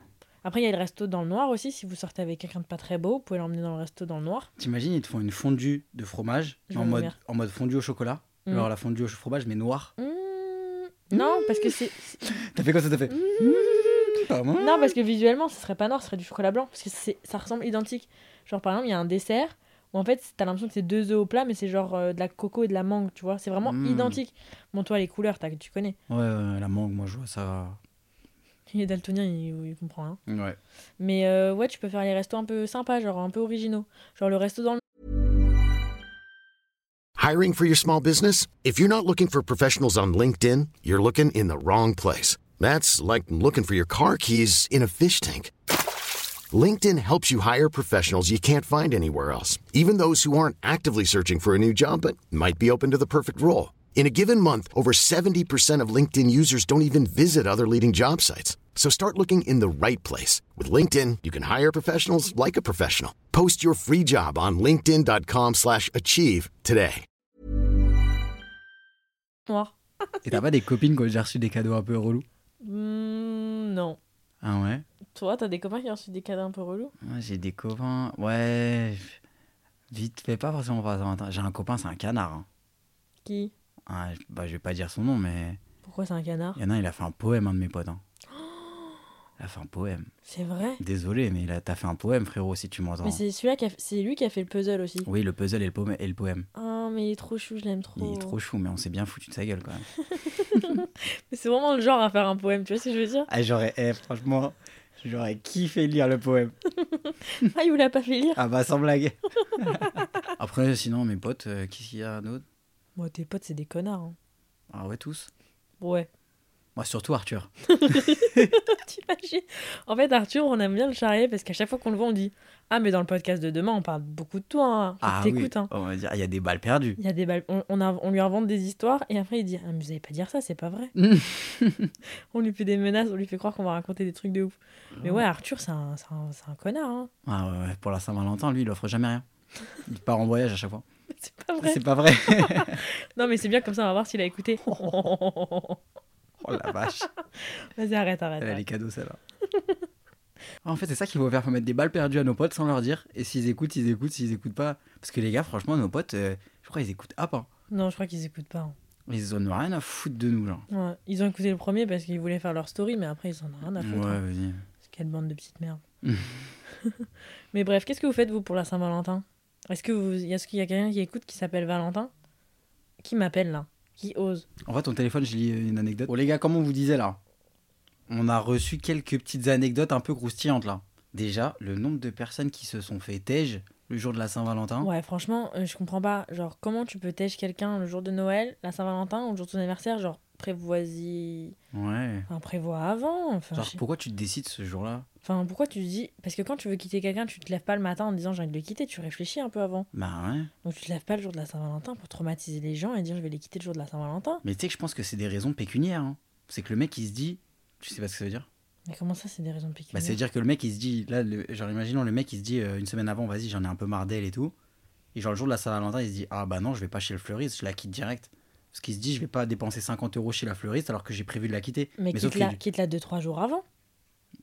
[SPEAKER 2] Après, il y a le resto dans le noir aussi. Si vous sortez avec quelqu'un de pas très beau, vous pouvez l'emmener dans le resto dans le noir.
[SPEAKER 3] T'imagines, ils te font une fondue de fromage,
[SPEAKER 2] Je
[SPEAKER 3] mais en
[SPEAKER 2] vais
[SPEAKER 3] mode,
[SPEAKER 2] vomir.
[SPEAKER 3] en mode fondue au chocolat.
[SPEAKER 2] Hmm.
[SPEAKER 3] Genre la fondue au fromage, mais noire. Hmm.
[SPEAKER 2] Mmh. Non, parce que c'est. c'est-
[SPEAKER 3] T'as fait quoi ça T'as fait Pas moi
[SPEAKER 2] Mm. Non, parce que visuellement, ce serait pas noir, ce serait du chocolat blanc. Parce que c'est- ça ressemble identique. Genre, par exemple, il y a un dessert où en fait, t'as l'impression que c'est deux œufs au plat, mais c'est genre euh, de la coco et de la mangue, tu vois. C'est vraiment
[SPEAKER 3] Mmh.
[SPEAKER 2] identique. Bon, toi, les couleurs, t'as- tu connais.
[SPEAKER 3] Ouais, ouais, la mangue, moi je vois ça.
[SPEAKER 2] Il est daltonien, il, il comprend rien.
[SPEAKER 3] Ouais.
[SPEAKER 2] Mais euh, ouais, tu peux faire les restos un peu sympas, genre un peu originaux. Genre le resto dans le
[SPEAKER 4] Hiring for your small business? If you're not looking for professionals on LinkedIn, you're looking in the wrong place. That's like looking for your car keys in a fish tank. LinkedIn helps you hire professionals you can't find anywhere else, even those who aren't actively searching for a new job but might be open to the perfect role. In a given month, over 70% of LinkedIn users don't even visit other leading job sites. So start looking in the right place. With LinkedIn, you can hire professionals like a professional. Post your free job on linkedin.com/achieve slash achieve today.
[SPEAKER 2] noir.
[SPEAKER 3] Et t'as pas des copines qui ont déjà reçu des cadeaux un peu relous
[SPEAKER 2] Mmh, non.
[SPEAKER 3] Ah ouais
[SPEAKER 2] Toi, t'as des copains qui ont reçu des cadeaux un peu relous
[SPEAKER 3] Moi, Ah, j'ai des copains. Ouais. Vite fait, pas forcément pas Saint-Valentin. J'ai un copain, c'est un canard. hein.
[SPEAKER 2] Qui
[SPEAKER 3] Ah, je- bah, je vais pas dire son nom, mais
[SPEAKER 2] Pourquoi c'est un canard
[SPEAKER 3] il y en a, un, il a fait un poème, un de mes potes. hein. Il a fait un poème.
[SPEAKER 2] C'est vrai
[SPEAKER 3] Désolé, mais il a- t'as fait un poème, frérot, si tu m'entends.
[SPEAKER 2] Mais c'est celui-là qui a... c'est lui qui a fait le puzzle aussi.
[SPEAKER 3] Oui, le puzzle et le, poème, et le poème.
[SPEAKER 2] Ah, mais il est trop chou, je l'aime trop.
[SPEAKER 3] Il est trop chou, mais on s'est bien foutu de sa gueule quand même.
[SPEAKER 2] Mais c'est vraiment le genre à faire un poème, tu vois ce que je veux dire
[SPEAKER 3] Ah, j'aurais, eh, franchement, j'aurais kiffé lire le poème.
[SPEAKER 2] Ah, il vous l'a pas fait lire
[SPEAKER 3] Ah bah, sans blague. Après, sinon, mes potes, euh, qu'est-ce qu'il y a d'autre
[SPEAKER 2] Moi, tes potes, c'est des connards. hein.
[SPEAKER 3] Ah ouais, tous.
[SPEAKER 2] Ouais.
[SPEAKER 3] Moi, surtout Arthur.
[SPEAKER 2] T'imagines En fait, Arthur, on aime bien le charrier parce qu'à chaque fois qu'on le voit, on dit Ah, mais dans le podcast de demain, on parle beaucoup de toi. hein. Faut que
[SPEAKER 3] Ah oui,
[SPEAKER 2] t'écoutes, hein.
[SPEAKER 3] on va dire, il y a des balles perdues.
[SPEAKER 2] Il y a des balles. On, on a- on lui invente des histoires et après il dit Ah, mais vous allez pas dire ça, c'est pas vrai.
[SPEAKER 3] Mm.
[SPEAKER 2] on lui fait des menaces, on lui fait croire qu'on va raconter des trucs de ouf. Mais ouais, Arthur, c'est un, c'est un- c'est un connard. hein.
[SPEAKER 3] Ah ouais, ouais, pour la Saint-Valentin, lui, il offre jamais rien. Il part en voyage à chaque fois.
[SPEAKER 2] C'est pas vrai.
[SPEAKER 3] C'est pas vrai.
[SPEAKER 2] Non, mais c'est bien comme ça, on va voir s'il a écouté.
[SPEAKER 3] oh la vache.
[SPEAKER 2] Vas-y, arrête, arrête.
[SPEAKER 3] Elle a les
[SPEAKER 2] arrête.
[SPEAKER 3] cadeaux, celle-là. Ah, en fait, c'est ça qu'il faut faire. Faut mettre des balles perdues à nos potes sans leur dire. Et s'ils écoutent, ils écoutent. S'ils écoutent pas. Parce que les gars, franchement, nos potes, euh, je crois, ils écoutent à part.
[SPEAKER 2] Non, je crois qu'ils écoutent pas. hein.
[SPEAKER 3] Ils en ont rien à foutre de nous, genre.
[SPEAKER 2] Ouais, Ils ont écouté le premier parce qu'ils voulaient faire leur story, mais après ils en ont rien à
[SPEAKER 3] Ouais,
[SPEAKER 2] foutre. hein.
[SPEAKER 3] vas-y.
[SPEAKER 2] Quelle bande de petites merdes. mais bref, qu'est-ce que vous faites vous pour la Saint-Valentin Est-ce que vous, est-ce qu'il y a quelqu'un qui écoute qui s'appelle Valentin Qui m'appelle là Qui ose
[SPEAKER 3] En fait, ton téléphone, je lis euh, une anecdote. Bon, les gars, comme on vous disait là, on a reçu quelques petites anecdotes un peu croustillantes là. Déjà, le nombre de personnes qui se sont fait tège le jour de la Saint-Valentin.
[SPEAKER 2] Ouais, franchement, euh, je comprends pas. Genre, comment tu peux tèche quelqu'un le jour de Noël, la Saint-Valentin ou le jour de son anniversaire Genre, prévois-y.
[SPEAKER 3] ouais.
[SPEAKER 2] Enfin, prévois avant. Enfin,
[SPEAKER 3] Genre,
[SPEAKER 2] je-
[SPEAKER 3] pourquoi tu te décides ce jour-là
[SPEAKER 2] enfin, pourquoi tu te dis. Parce que quand tu veux quitter quelqu'un, tu te lèves pas le matin en te disant j'ai envie de le quitter, tu réfléchis un peu avant.
[SPEAKER 3] Bah ouais.
[SPEAKER 2] Donc, tu te lèves pas le jour de la Saint-Valentin pour traumatiser les gens et dire je vais les quitter le jour de la Saint-Valentin.
[SPEAKER 3] Mais tu sais que je pense que c'est des raisons pécuniaires. hein. C'est que le mec, il se dit. Tu sais pas ce que ça veut dire
[SPEAKER 2] Mais comment ça, c'est des raisons pécuniaires
[SPEAKER 3] Bah, c'est-à-dire que le mec, il se dit. Là, le- genre, imaginons le mec, il se dit euh, une semaine avant, vas-y, j'en ai un peu marre d'elle et tout. Et genre, le jour de la Saint-Valentin, il se dit, ah bah non, je vais pas chez le fleuriste, je la quitte direct. Parce qu'il se dit, je vais pas dépenser 50 euros chez la fleuriste alors que j'ai prévu de la quitter.
[SPEAKER 2] Mais,
[SPEAKER 3] sauf
[SPEAKER 2] quitte-la
[SPEAKER 3] que-
[SPEAKER 2] quitte-la 2-3 jours avant.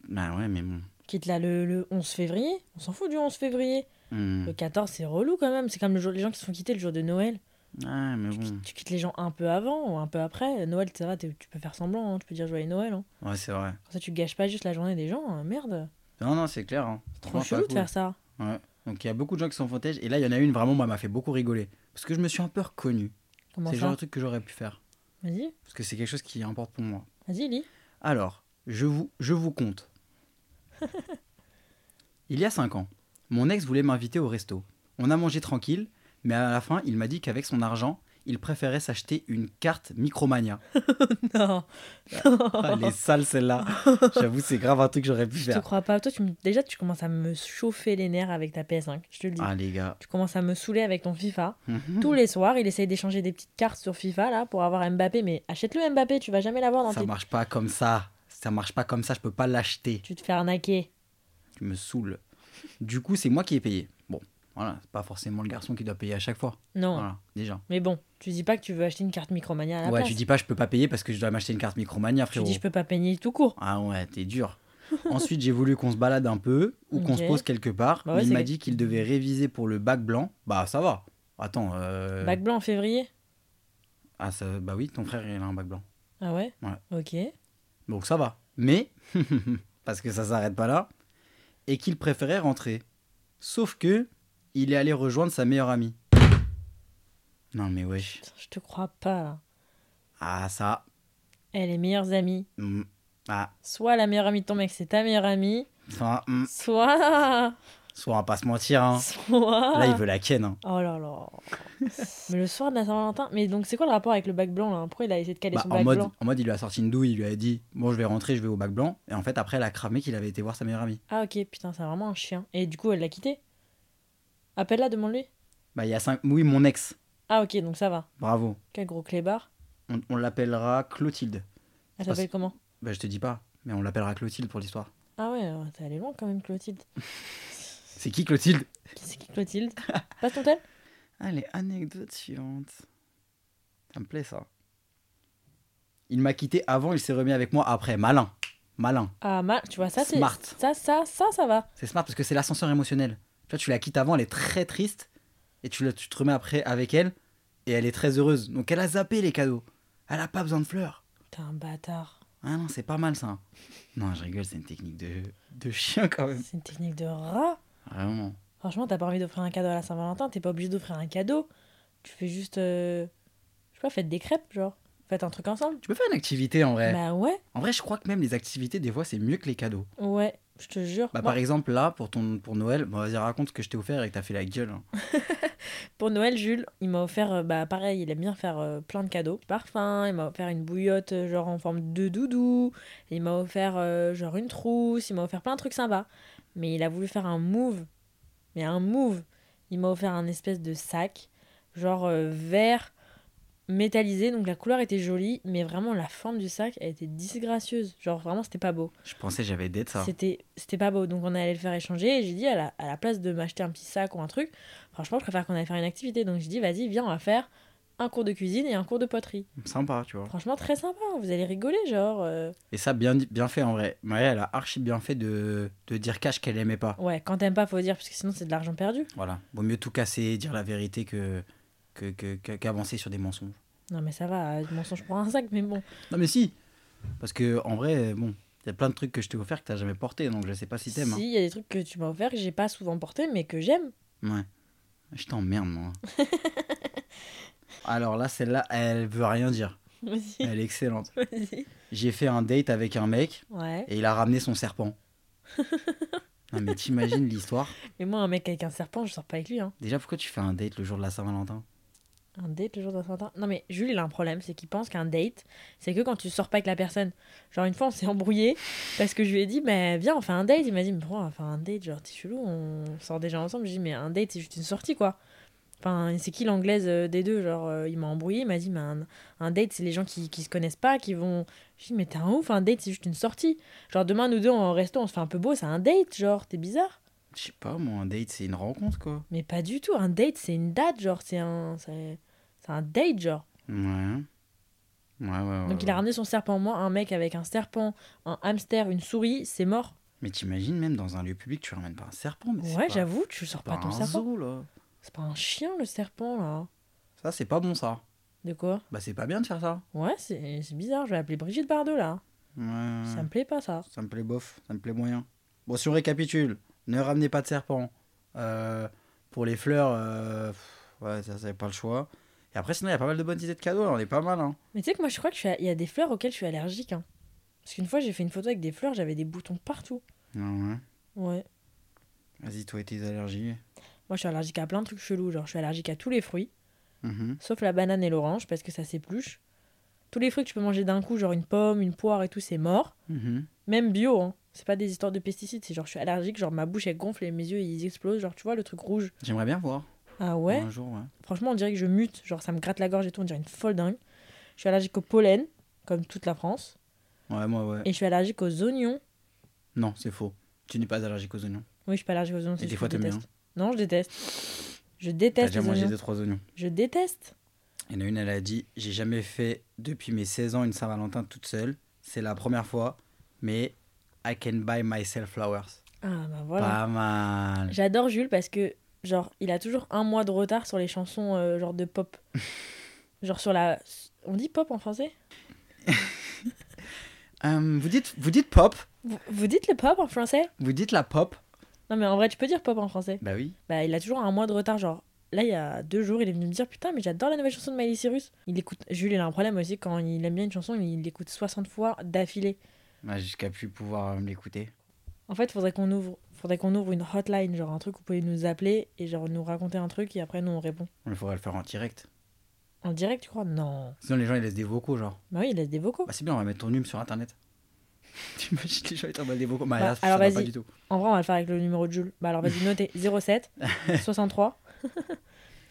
[SPEAKER 3] Bah ouais, mais bon.
[SPEAKER 2] Quitte-la le, le 11 février. On s'en fout du 11 février.
[SPEAKER 3] Hmm.
[SPEAKER 2] Le 14, c'est relou quand même. C'est comme le jour, les gens qui se font quitter le jour de Noël.
[SPEAKER 3] Ouais, Ah, mais bon.
[SPEAKER 2] Tu quittes les gens un peu avant ou un peu après. Noël, ça va, t'es- tu peux faire semblant, hein, tu peux dire joyeux Noël. Hein.
[SPEAKER 3] Ouais, c'est vrai.
[SPEAKER 2] Comme ça, tu gâches pas juste la journée des gens, hein, merde.
[SPEAKER 3] Non, non, c'est clair. hein.
[SPEAKER 2] C'est trop
[SPEAKER 3] Franchement,
[SPEAKER 2] chelou
[SPEAKER 3] pas
[SPEAKER 2] de
[SPEAKER 3] cool.
[SPEAKER 2] faire ça.
[SPEAKER 3] Ouais. Donc, il y a beaucoup de gens qui sont fantaises. Et là, il y en a une, vraiment, moi, elle m'a fait beaucoup rigoler. Parce que je me suis un peu reconnu.
[SPEAKER 2] Comment
[SPEAKER 3] C'est le
[SPEAKER 2] ça
[SPEAKER 3] genre de truc que j'aurais pu faire.
[SPEAKER 2] Vas-y,
[SPEAKER 3] Parce que c'est quelque chose qui importe pour moi.
[SPEAKER 2] vas-y, lis.
[SPEAKER 3] Alors, je vous, je vous compte. Il y a 5 ans, mon ex voulait m'inviter au resto. On a mangé tranquille, mais à la fin, il m'a dit qu'avec son argent, il préférait s'acheter une carte Micromania.
[SPEAKER 2] Non,
[SPEAKER 3] Ah, elle est sale celle-là. J'avoue, c'est grave un truc que j'aurais pu
[SPEAKER 2] je te
[SPEAKER 3] faire.
[SPEAKER 2] crois pas. Toi, tu me- déjà, tu commences à me chauffer les nerfs avec ta PS5, je te le dis.
[SPEAKER 3] Ah, les gars. Mhm.
[SPEAKER 2] Tu commences à me saouler avec ton FIFA.
[SPEAKER 3] Mmh.
[SPEAKER 2] Tous les soirs, il essaye d'échanger des petites cartes sur FIFA là pour avoir Mbappé, mais achète-le Mbappé, tu vas jamais l'avoir dans
[SPEAKER 3] Ça
[SPEAKER 2] tes.
[SPEAKER 3] marche pas comme ça. Ça marche pas comme ça, je peux pas l'acheter.
[SPEAKER 2] Tu te fais arnaquer.
[SPEAKER 3] Tu me saoules. Du coup, c'est moi qui ai payé. Bon, voilà, c'est pas forcément le garçon qui doit payer à chaque fois.
[SPEAKER 2] Non,
[SPEAKER 3] Voilà, déjà.
[SPEAKER 2] mais bon, tu dis pas que tu veux acheter une carte Micromania à la
[SPEAKER 3] ouais,
[SPEAKER 2] place.
[SPEAKER 3] tu dis pas je peux pas payer parce que je dois m'acheter une carte Micromania,
[SPEAKER 2] tu
[SPEAKER 3] frérot.
[SPEAKER 2] dis je peux pas payer tout court.
[SPEAKER 3] Ah ouais, t'es dur. Ensuite, j'ai voulu qu'on se balade un peu ou qu'on se
[SPEAKER 2] Ok.
[SPEAKER 3] pose quelque part.
[SPEAKER 2] Bah
[SPEAKER 3] mais
[SPEAKER 2] ouais,
[SPEAKER 3] il
[SPEAKER 2] c'est
[SPEAKER 3] m'a
[SPEAKER 2] que-
[SPEAKER 3] dit qu'il devait réviser pour le bac blanc. Bah ça va. Attends, euh...
[SPEAKER 2] Bac blanc en février
[SPEAKER 3] ah ça... bah oui, ton frère il a un bac blanc.
[SPEAKER 2] Ah ouais
[SPEAKER 3] Ouais.
[SPEAKER 2] Ok.
[SPEAKER 3] Donc ça va. Mais, parce que ça s'arrête pas là, et qu'il préférait rentrer. Sauf que, il est allé rejoindre sa meilleure amie. Non mais wesh.
[SPEAKER 2] Putain, Je te crois pas là.
[SPEAKER 3] Ah ça.
[SPEAKER 2] Eh, les meilleures amies.
[SPEAKER 3] mm, Ah
[SPEAKER 2] Soit la meilleure amie de ton mec, c'est ta meilleure amie.
[SPEAKER 3] ça. mm,
[SPEAKER 2] Soit.
[SPEAKER 3] Soit on va pas se mentir. Hein.
[SPEAKER 2] Soit.
[SPEAKER 3] Là il veut la ken. Hein.
[SPEAKER 2] Oh là là. mais le soir de la Saint-Valentin. Mais donc, c'est quoi le rapport avec le bac blanc là Pourquoi il a essayé de caler
[SPEAKER 3] Bah,
[SPEAKER 2] son
[SPEAKER 3] en,
[SPEAKER 2] bac
[SPEAKER 3] mode,
[SPEAKER 2] blanc
[SPEAKER 3] en mode il lui a sorti une douille, il lui a dit bon je vais rentrer, je vais au bac blanc. Et en fait après elle a cramé qu'il avait été voir sa meilleure amie.
[SPEAKER 2] Ah ok, putain, c'est vraiment un chien. Et du coup, elle l'a quitté Appelle-la, demande-lui.
[SPEAKER 3] Bah il y a cinq... Oui mon ex.
[SPEAKER 2] Ah ok, donc ça va.
[SPEAKER 3] Bravo.
[SPEAKER 2] Quel gros clébard.
[SPEAKER 3] On, on l'appellera Clotilde.
[SPEAKER 2] Elle
[SPEAKER 3] Parce-
[SPEAKER 2] s'appelle comment
[SPEAKER 3] Bah je te dis pas, mais on l'appellera Clotilde pour l'histoire.
[SPEAKER 2] Ah ouais, euh, t'es allé loin quand même, Clotilde.
[SPEAKER 3] C'est qui Clotilde
[SPEAKER 2] Qui c'est qui Clotilde Passe ton tel
[SPEAKER 3] Allez, anecdote suivante. Ça me plaît ça. Il m'a quitté avant, il s'est remis avec moi après. Malin. Malin.
[SPEAKER 2] Ah, mal, tu vois, ça c'est.
[SPEAKER 3] Smart.
[SPEAKER 2] Ça, ça, ça, ça va.
[SPEAKER 3] C'est smart parce que c'est l'ascenseur émotionnel. Tu vois, tu la quittes avant, elle est très triste. Et tu, la- tu te remets après avec elle. Et elle est très heureuse. Donc elle a zappé les cadeaux. Elle a pas besoin de fleurs.
[SPEAKER 2] T'es un bâtard.
[SPEAKER 3] Ah non, c'est pas mal ça. Non, je rigole, c'est une technique de, de chien quand même.
[SPEAKER 2] C'est une technique de rat.
[SPEAKER 3] Vraiment.
[SPEAKER 2] Franchement, t'as pas envie d'offrir un cadeau à la Saint-Valentin, t'es pas obligé d'offrir un cadeau. Tu fais juste. euh, Je sais pas, faites des crêpes, genre. Faites un truc ensemble.
[SPEAKER 3] Tu peux faire une activité en vrai.
[SPEAKER 2] Bah ouais,
[SPEAKER 3] En vrai, je crois que même les activités, des fois, c'est mieux que les cadeaux.
[SPEAKER 2] ouais. Je te jure.
[SPEAKER 3] Bah,
[SPEAKER 2] Moi,
[SPEAKER 3] par exemple, là, pour, ton, pour Noël, bah, vas-y, raconte ce que je t'ai offert et que t'as fait la gueule. hein.
[SPEAKER 2] Pour Noël, Jules, il m'a offert, euh, bah pareil, il aime bien faire euh, plein de cadeaux. Parfum, il m'a offert une bouillotte euh, genre en forme de doudou, il m'a offert euh, genre une trousse, il m'a offert plein de trucs sympas. Mais il a voulu faire un move, mais un move. Il m'a offert un espèce de sac, genre euh, vert, métallisé, donc la couleur était jolie, mais vraiment la forme du sac, elle était disgracieuse. Genre vraiment, c'était pas beau.
[SPEAKER 3] Je pensais que j'avais d'être ça.
[SPEAKER 2] C'était, c'était pas beau. Donc on allait le faire échanger. Et j'ai dit, à la, à la place de m'acheter un petit sac ou un truc, franchement, je préfère qu'on aille faire une activité. Donc j'ai dit, vas-y, viens, on va faire un cours de cuisine et un cours de poterie.
[SPEAKER 3] Sympa, tu vois.
[SPEAKER 2] Franchement, très sympa. hein. Vous allez rigoler, genre. euh,
[SPEAKER 3] Et ça, bien, dit- bien fait en vrai. Maria, elle a archi bien fait de, de dire cash qu'elle aimait pas.
[SPEAKER 2] Ouais, quand t'aimes pas, faut dire, parce que sinon, c'est de l'argent perdu.
[SPEAKER 3] Voilà. Vaut mieux tout casser, dire la vérité que que- que- que- qu'avancer sur des mensonges.
[SPEAKER 2] Non, mais ça va, euh, mensonge pour un sac, mais bon.
[SPEAKER 3] Non, mais si Parce que en vrai, bon, il y a plein de trucs que je t'ai offert que t'as jamais porté, donc je sais pas si
[SPEAKER 2] Si,
[SPEAKER 3] t'aimes. hein.
[SPEAKER 2] il y a des trucs que tu m'as offert que j'ai pas souvent porté, mais que j'aime.
[SPEAKER 3] hein. Ouais. Je t'emmerde, moi. Alors là, celle-là, elle veut rien dire.
[SPEAKER 2] Vas-y,
[SPEAKER 3] Elle est excellente.
[SPEAKER 2] vas-y.
[SPEAKER 3] J'ai fait un date avec un mec
[SPEAKER 2] Ouais.
[SPEAKER 3] et il a ramené son serpent. Non, mais t'imagines l'histoire
[SPEAKER 2] Mais moi, un mec avec un serpent, je sors pas avec lui, hein.
[SPEAKER 3] Déjà, pourquoi tu fais un date le jour de la Saint-Valentin
[SPEAKER 2] Un date le jour d'un certain. Non mais Jules il a un problème, c'est qu'il pense qu'un date, c'est que quand tu sors pas avec la personne. Genre une fois on s'est embrouillé parce que je lui ai dit mais viens on fait un date, il m'a dit mais pourquoi on va faire un date genre t'es chelou, on sort déjà ensemble. Je lui ai dit mais un date c'est juste une sortie quoi. Enfin c'est qui l'anglaise euh, des deux genre euh, il m'a embrouillé, il m'a dit mais un, un date c'est les gens qui qui se connaissent pas qui vont. Je lui ai dit mais t'es un ouf, un date c'est juste une sortie. Genre demain nous deux on va au resto on se fait un peu beau, c'est un date genre t'es bizarre.
[SPEAKER 3] Je sais pas, moi, un date, c'est une rencontre, quoi.
[SPEAKER 2] Mais pas du tout, un date c'est une date genre c'est un c'est c'est un date genre.
[SPEAKER 3] Ouais. Ouais, ouais, ouais.
[SPEAKER 2] Donc il a
[SPEAKER 3] ouais.
[SPEAKER 2] ramené son serpent. Moi, un mec avec un serpent, un hamster, une souris, c'est mort.
[SPEAKER 3] Mais t'imagines, même dans un lieu public, tu ramènes pas un serpent. Mais c'est
[SPEAKER 2] ouais,
[SPEAKER 3] pas-
[SPEAKER 2] j'avoue, tu sors
[SPEAKER 3] c'est
[SPEAKER 2] pas,
[SPEAKER 3] Pas,
[SPEAKER 2] ton
[SPEAKER 3] un
[SPEAKER 2] serpent.
[SPEAKER 3] zoo, là.
[SPEAKER 2] C'est pas un chien le serpent là.
[SPEAKER 3] Ça, c'est pas bon, ça.
[SPEAKER 2] De quoi
[SPEAKER 3] Bah, c'est pas bien de faire ça.
[SPEAKER 2] Ouais, c'est c'est bizarre. Je vais appeler Brigitte Bardot là.
[SPEAKER 3] Ouais.
[SPEAKER 2] Ça me plaît pas ça.
[SPEAKER 3] Ça me plaît bof, ça me plaît moyen. Bon, si on récapitule, ne ramenez pas de serpent. Euh, pour les fleurs, euh, pff, ouais, ça, c'est pas le choix. Et après, sinon, il y a pas mal de bonnes idées de cadeaux, là, on est pas mal. Hein.
[SPEAKER 2] Mais tu sais que moi, je crois que je suis a- il y a des fleurs auxquelles je suis allergique. hein. Parce qu'une fois, j'ai fait une photo avec des fleurs, j'avais des boutons partout.
[SPEAKER 3] Ouais, ouais.
[SPEAKER 2] Ah Ouais.
[SPEAKER 3] Vas-y, toi et tes allergies.
[SPEAKER 2] Moi, je suis allergique à plein de trucs chelous. Genre, je suis allergique à tous les fruits,
[SPEAKER 3] Mhm.
[SPEAKER 2] sauf la banane et l'orange, parce que ça s'épluche. Tous les fruits que tu peux manger d'un coup, genre une pomme, une poire et tout, c'est mort.
[SPEAKER 3] Mhm.
[SPEAKER 2] Même bio, hein. C'est pas des histoires de pesticides, c'est genre je suis allergique, genre ma bouche elle gonfle et mes yeux ils explosent, genre tu vois le truc rouge.
[SPEAKER 3] J'aimerais bien voir.
[SPEAKER 2] Ah ouais
[SPEAKER 3] Un jour, ouais.
[SPEAKER 2] Franchement on dirait que je mute, genre ça me gratte la gorge et tout, on dirait une folle dingue. Je suis allergique au pollen, comme toute la France,
[SPEAKER 3] Ouais, moi, ouais.
[SPEAKER 2] et je suis allergique aux oignons.
[SPEAKER 3] Non, c'est faux. Tu n'es pas allergique aux oignons.
[SPEAKER 2] Oui, je suis pas allergique aux oignons,
[SPEAKER 3] des
[SPEAKER 2] c'est juste
[SPEAKER 3] fois,
[SPEAKER 2] que je
[SPEAKER 3] t'aimes
[SPEAKER 2] déteste. Non, je déteste. Je déteste
[SPEAKER 3] T'as
[SPEAKER 2] les
[SPEAKER 3] déjà mangé
[SPEAKER 2] oignons.
[SPEAKER 3] deux, trois oignons.
[SPEAKER 2] Je déteste.
[SPEAKER 3] Il y en a une, elle a dit J'ai jamais fait depuis mes 16 ans une Saint-Valentin toute seule. C'est la première fois, mais I can buy myself flowers.
[SPEAKER 2] Ah bah voilà.
[SPEAKER 3] Pas mal.
[SPEAKER 2] J'adore Jules parce que genre il a toujours un mois de retard sur les chansons euh, genre de pop. genre sur la... On dit pop en français
[SPEAKER 3] Euh, vous, dites, vous dites pop
[SPEAKER 2] vous, vous dites le pop en français
[SPEAKER 3] Vous dites la pop
[SPEAKER 2] Non mais en vrai tu peux dire pop en français.
[SPEAKER 3] Bah oui.
[SPEAKER 2] Bah il a toujours un mois de retard genre. Là il y a deux jours il est venu me dire putain mais j'adore la nouvelle chanson de Miley Cyrus. Il écoute Jules il a un problème aussi quand il aime bien une chanson il l'écoute 60 fois d'affilée.
[SPEAKER 3] Bah, Jusqu'à plus pouvoir euh, me l'écouter.
[SPEAKER 2] En fait faudrait qu'on ouvre faudrait qu'on ouvre une hotline genre un truc où vous pouvez nous appeler et genre nous raconter un truc et après nous on répond.
[SPEAKER 3] On faudrait le faire en direct.
[SPEAKER 2] En direct tu crois Non.
[SPEAKER 3] Sinon, les gens, ils laissent des vocaux, genre.
[SPEAKER 2] Bah oui il laisse des vocaux.
[SPEAKER 3] Bah, c'est bien, on va mettre ton hume sur internet. T'imagines les gens, ils t'envoient des vocaux. Bah,
[SPEAKER 2] Bah,
[SPEAKER 3] là, ça
[SPEAKER 2] alors,
[SPEAKER 3] va pas
[SPEAKER 2] vas-y.
[SPEAKER 3] du tout.
[SPEAKER 2] En vrai on va le faire avec le numéro de Jules. Bah alors vas-y notez 07 63.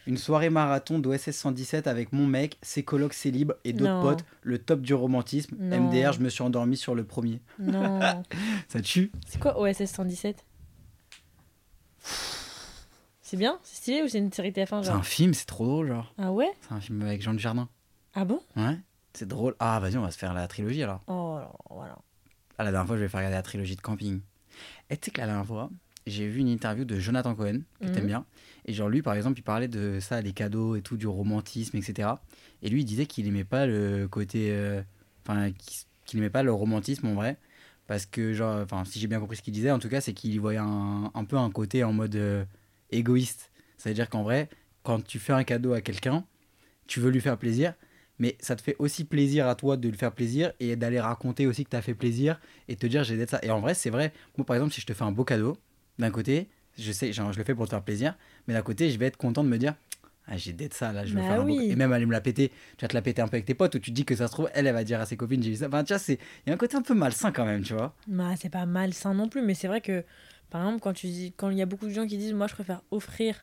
[SPEAKER 3] Une soirée marathon d'OSS 117 avec mon mec, ses colocs célibes et d'autres
[SPEAKER 2] Non.
[SPEAKER 3] potes. Le top du romantisme.
[SPEAKER 2] Non.
[SPEAKER 3] MDR, je me suis endormi sur le premier.
[SPEAKER 2] Non.
[SPEAKER 3] Ça tue
[SPEAKER 2] C'est quoi OSS 117 C'est bien C'est stylé ou c'est une série TF1
[SPEAKER 3] C'est
[SPEAKER 2] genre
[SPEAKER 3] un film, c'est trop drôle, genre.
[SPEAKER 2] Ah ouais
[SPEAKER 3] C'est un film avec Jean Dujardin.
[SPEAKER 2] Ah bon
[SPEAKER 3] Ouais. C'est drôle. Ah, vas-y, on va se faire la trilogie alors.
[SPEAKER 2] Oh là, voilà.
[SPEAKER 3] Ah, la dernière fois, je vais faire regarder la trilogie de camping. Et tu sais que la dernière fois, j'ai vu une interview de Jonathan Cohen, que
[SPEAKER 2] Mhm.
[SPEAKER 3] t'aimes bien. Et genre, lui, par exemple, il parlait de ça, les cadeaux et tout, du romantisme, etc. Et lui, il disait qu'il aimait pas le côté. euh, Enfin, qu'il qu'il aimait pas le romantisme en vrai. Parce que, genre, enfin, si j'ai bien compris ce qu'il disait, en tout cas, c'est qu'il y voyait un, un peu un côté en mode euh, égoïste. C'est-à-dire qu'en vrai, quand tu fais un cadeau à quelqu'un, tu veux lui faire plaisir, mais ça te fait aussi plaisir à toi de le faire plaisir et d'aller raconter aussi que t'as fait plaisir et te dire j'ai d'être ça. Et en vrai, c'est vrai. Moi, par exemple, si je te fais un beau cadeau, d'un côté, je sais, genre, je le fais pour te faire plaisir, mais d'un côté, je vais être content de me dire ah, j'ai d'être ça là, je vais
[SPEAKER 2] Bah
[SPEAKER 3] faire un beau
[SPEAKER 2] oui.
[SPEAKER 3] cadeau. Et même aller me la péter, tu vas te la péter un peu avec tes potes ou tu te dis que ça se trouve, elle, elle va dire à ses copines j'ai eu ça. Enfin, tu vois, c'est- il y a un côté un peu malsain quand même, tu vois.
[SPEAKER 2] Bah, c'est pas malsain non plus, mais c'est vrai que, par exemple, quand tu dis, quand il y a beaucoup de gens qui disent, moi, je préfère offrir,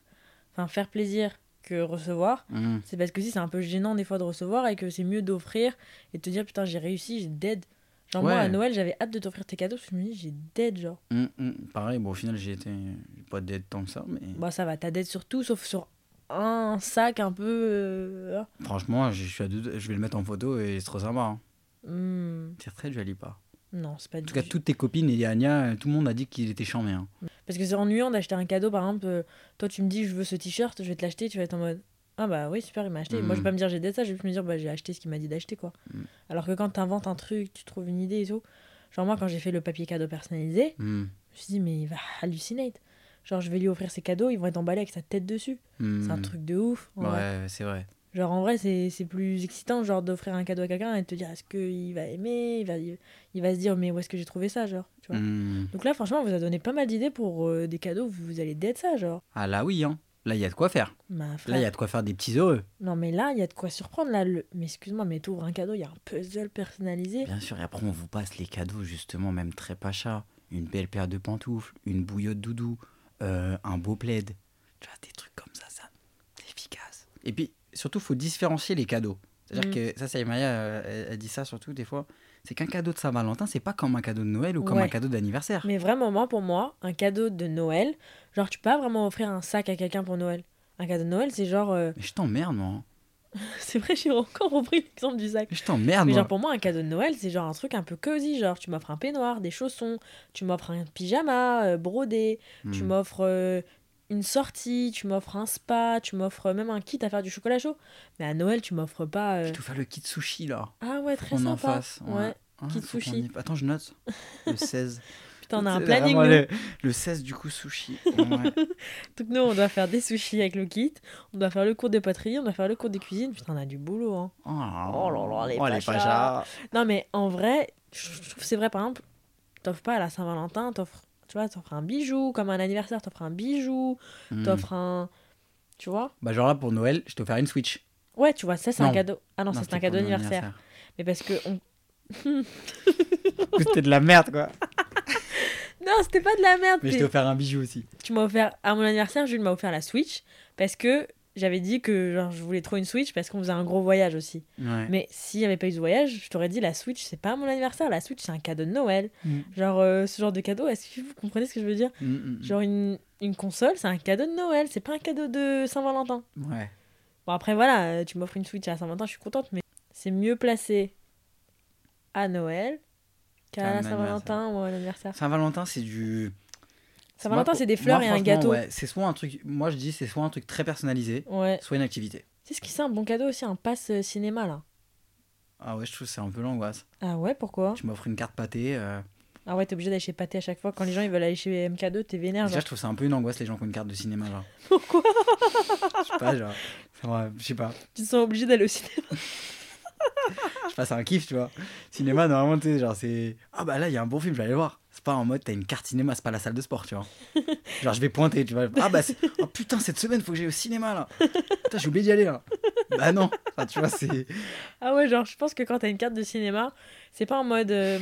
[SPEAKER 2] enfin, faire plaisir que recevoir,
[SPEAKER 3] Mm.
[SPEAKER 2] c'est parce que si c'est un peu gênant des fois de recevoir et que c'est mieux d'offrir et de te dire, putain, j'ai réussi, j'ai dead. Genre, moi,
[SPEAKER 3] Ouais.
[SPEAKER 2] à Noël, j'avais hâte de t'offrir tes cadeaux parce que je me dis, j'ai dead, genre.
[SPEAKER 3] Mm, mm. Pareil, bon, au final, j'ai été j'ai pas d'être tant que ça, mais
[SPEAKER 2] Bah, ça va, t'as dead sur tout, sauf sur un sac un peu. euh,
[SPEAKER 3] franchement, je, suis à deux- je vais le mettre en photo et c'est trop sympa. Hein.
[SPEAKER 2] hmm,
[SPEAKER 3] C'est très joli, pas.
[SPEAKER 2] Non, c'est pas
[SPEAKER 3] En
[SPEAKER 2] du
[SPEAKER 3] tout cas, toutes tes copines et Anya, euh, tout le monde a dit qu'il était charmé. hein.
[SPEAKER 2] Parce que c'est ennuyant d'acheter un cadeau, par exemple, euh, toi tu me dis je veux ce t-shirt, je vais te l'acheter, tu vas être en mode Ah bah oui, super, il m'a acheté. Moi je vais
[SPEAKER 3] Mm.
[SPEAKER 2] pas me dire j'ai d'être ça, je vais juste me dire bah j'ai acheté ce qu'il m'a dit d'acheter quoi. Alors que quand t'inventes un truc, tu trouves une idée et tout. Genre moi quand j'ai fait le papier cadeau personnalisé,
[SPEAKER 3] Mm,
[SPEAKER 2] je me suis dit mais il va hallucinate. Genre je vais lui offrir ses cadeaux, ils vont être emballés avec sa tête dessus.
[SPEAKER 3] mm. Bah
[SPEAKER 2] C'est un truc de ouf. en
[SPEAKER 3] Ouais,
[SPEAKER 2] vrai.
[SPEAKER 3] ouais, c'est vrai.
[SPEAKER 2] Genre en vrai c'est c'est plus excitant genre d'offrir un cadeau à quelqu'un et de te dire est-ce qu'il va aimer, il va, il va se dire mais où est-ce que j'ai trouvé ça genre. Tu vois.
[SPEAKER 3] Mm.
[SPEAKER 2] Donc là, franchement, on vous a donné pas mal d'idées pour euh, des cadeaux. Vous allez d'être ça, genre.
[SPEAKER 3] Ah là, oui, hein. Là, il y a de quoi faire.
[SPEAKER 2] Bah,
[SPEAKER 3] Là,
[SPEAKER 2] frère.
[SPEAKER 3] il y a de quoi faire des petits heureux.
[SPEAKER 2] Non, mais là, il y a de quoi surprendre. Là, le... Mais excuse-moi, mais t'ouvres un cadeau, il y a un puzzle personnalisé.
[SPEAKER 3] Bien sûr, et après, on vous passe les cadeaux, justement, même très pacha. Une belle paire de pantoufles, une bouillotte doudou, euh, un beau plaid. Tu vois, des trucs comme ça, ça, c'est efficace. Et puis, surtout, faut différencier les cadeaux. C'est-à-dire
[SPEAKER 2] Hmm.
[SPEAKER 3] que ça, c'est Maya, euh, elle, elle dit ça surtout des fois. C'est qu'un cadeau de Saint-Valentin, c'est pas comme un cadeau de Noël ou comme
[SPEAKER 2] Ouais.
[SPEAKER 3] un cadeau d'anniversaire.
[SPEAKER 2] Mais vraiment, moi, pour moi, un cadeau de Noël, genre, tu peux pas vraiment offrir un sac à quelqu'un pour Noël. Un cadeau de Noël, c'est genre. euh,
[SPEAKER 3] Mais je t'emmerde, moi.
[SPEAKER 2] c'est vrai, j'ai encore repris l'exemple du sac.
[SPEAKER 3] Mais je t'emmerde,
[SPEAKER 2] Mais
[SPEAKER 3] Ah, moi.
[SPEAKER 2] genre, pour moi, un cadeau de Noël, c'est genre un truc un peu cosy. Genre, tu m'offres un peignoir, des chaussons, tu m'offres un pyjama euh, brodé, tu
[SPEAKER 3] Hmm.
[SPEAKER 2] m'offres euh, une sortie, tu m'offres un spa, tu m'offres euh, même un kit à faire du chocolat chaud. Mais à Noël, tu m'offres pas. euh,
[SPEAKER 3] Je te fais le kit sushi, là.
[SPEAKER 2] Ah ouais, très
[SPEAKER 3] On en
[SPEAKER 2] sympa.
[SPEAKER 3] face.
[SPEAKER 2] ouais.
[SPEAKER 3] Ah,
[SPEAKER 2] Kit
[SPEAKER 3] faut qu'on
[SPEAKER 2] sushi.
[SPEAKER 3] y- Attends, je note. Le 16.
[SPEAKER 2] Putain, on a un
[SPEAKER 3] C'est
[SPEAKER 2] planning.
[SPEAKER 3] vraiment
[SPEAKER 2] nous.
[SPEAKER 3] Le, le 16, du coup, sushi. Ouais.
[SPEAKER 2] Donc nous, on doit faire des sushis avec le kit, on doit faire le cours de poterie, on doit faire le cours de cuisine. Putain, on a du boulot. Hein.
[SPEAKER 3] Oh là
[SPEAKER 2] Oh là là, les
[SPEAKER 3] les
[SPEAKER 2] pachas. Non, mais en vrai, je je trouve que c'est vrai, par exemple, t'offres pas à la Saint-Valentin, t'offres, tu vois, t'offres un bijou, comme à un anniversaire, t'offres un bijou,
[SPEAKER 3] Hmm.
[SPEAKER 2] t'offres un. Tu vois
[SPEAKER 3] Bah, genre là, pour Noël, je t'ai offert une Switch.
[SPEAKER 2] Ouais, tu vois, ça c'est un
[SPEAKER 3] Non.
[SPEAKER 2] cadeau. Ah non, ça, c'est
[SPEAKER 3] c'était
[SPEAKER 2] un
[SPEAKER 3] pour
[SPEAKER 2] cadeau
[SPEAKER 3] mon
[SPEAKER 2] d'anniversaire. Mais parce que on
[SPEAKER 3] Du coup, C'était de la merde, quoi.
[SPEAKER 2] Non, c'était pas de la merde.
[SPEAKER 3] Mais je
[SPEAKER 2] t'es-
[SPEAKER 3] t'ai offert un bijou aussi.
[SPEAKER 2] Tu m'as offert à mon anniversaire, Jules m'a offert la Switch parce que j'avais dit que genre, je voulais trop une Switch parce qu'on faisait un gros voyage aussi.
[SPEAKER 3] Ouais.
[SPEAKER 2] Mais s'il n'y avait pas eu ce voyage, je t'aurais dit la Switch, c'est pas mon anniversaire, la Switch c'est un cadeau de Noël.
[SPEAKER 3] Mm.
[SPEAKER 2] Genre euh, ce genre de cadeau, est-ce que vous comprenez ce que je veux dire
[SPEAKER 3] Mm, mm,
[SPEAKER 2] Genre une, une console, c'est un cadeau de Noël, c'est pas un cadeau de Saint-Valentin.
[SPEAKER 3] mm. Ouais.
[SPEAKER 2] Bon après voilà, euh, tu m'offres une Switch à Saint-Valentin, je suis contente, mais c'est mieux placé à Noël
[SPEAKER 3] Qu'à
[SPEAKER 2] qu'à la
[SPEAKER 3] un
[SPEAKER 2] Saint-Valentin ou à l'anniversaire.
[SPEAKER 3] Saint-Valentin, c'est du.
[SPEAKER 2] Saint-Valentin
[SPEAKER 3] Moi,
[SPEAKER 2] c'est des
[SPEAKER 3] pour-
[SPEAKER 2] fleurs
[SPEAKER 3] moi,
[SPEAKER 2] et un
[SPEAKER 3] franchement,
[SPEAKER 2] gâteau.
[SPEAKER 3] ouais, c'est soit un truc. Moi, je dis, c'est soit un truc très personnalisé,
[SPEAKER 2] ouais.
[SPEAKER 3] soit une activité.
[SPEAKER 2] C'est ce qui c'est un bon cadeau aussi, un pass euh, cinéma là.
[SPEAKER 3] Ah ouais, je trouve que c'est un peu l'angoisse.
[SPEAKER 2] Ah ouais, pourquoi
[SPEAKER 3] Tu m'offres une carte pâtée. euh,
[SPEAKER 2] Ah ouais, t'es obligé d'aller chez Pâté à chaque fois. Quand les gens ils veulent aller chez MK2, t'es vénère.
[SPEAKER 3] Déjà,
[SPEAKER 2] Genre.
[SPEAKER 3] je trouve ça un peu une angoisse les gens qui ont une carte de cinéma, genre. Pourquoi Je sais pas, genre. c'est vrai, je sais pas.
[SPEAKER 2] Tu te sens obligé d'aller au cinéma.
[SPEAKER 3] Je passe un kiff, tu vois. Cinéma, normalement, tu sais, genre, c'est. Ah bah là, il y a un bon film, je vais aller voir. C'est pas en mode, t'as une carte cinéma, c'est pas la salle de sport, tu vois. Genre, je vais pointer, tu vois. Ah bah, c'est- oh, putain, cette semaine, faut que j'aille au cinéma, là. Putain, j'ai oublié d'y aller, là. Bah non. Enfin, tu vois, c'est.
[SPEAKER 2] Ah ouais, genre je pense que quand t'as une carte de cinéma, c'est pas en mode. euh,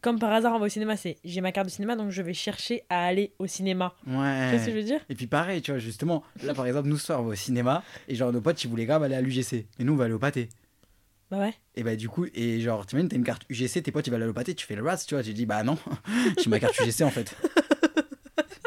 [SPEAKER 2] comme par hasard on va au cinéma, c'est j'ai ma carte de cinéma donc je vais chercher à aller au cinéma. Tu vois ce que je
[SPEAKER 3] Ouais.
[SPEAKER 2] veux dire
[SPEAKER 3] Et puis pareil, tu vois, justement, là, par exemple, nous, ce soir, on va au cinéma, et genre, nos potes, ils voulaient grave aller à l'UGC. Et nous, on va aller au pâté.
[SPEAKER 2] Bah ouais.
[SPEAKER 3] Et bah du coup, et genre, t'imagines, t'as une carte UGC, tes potes, ils veulent aller au pâté, tu fais le rats, tu vois. J'ai dit, bah non, j'ai ma carte UGC en fait.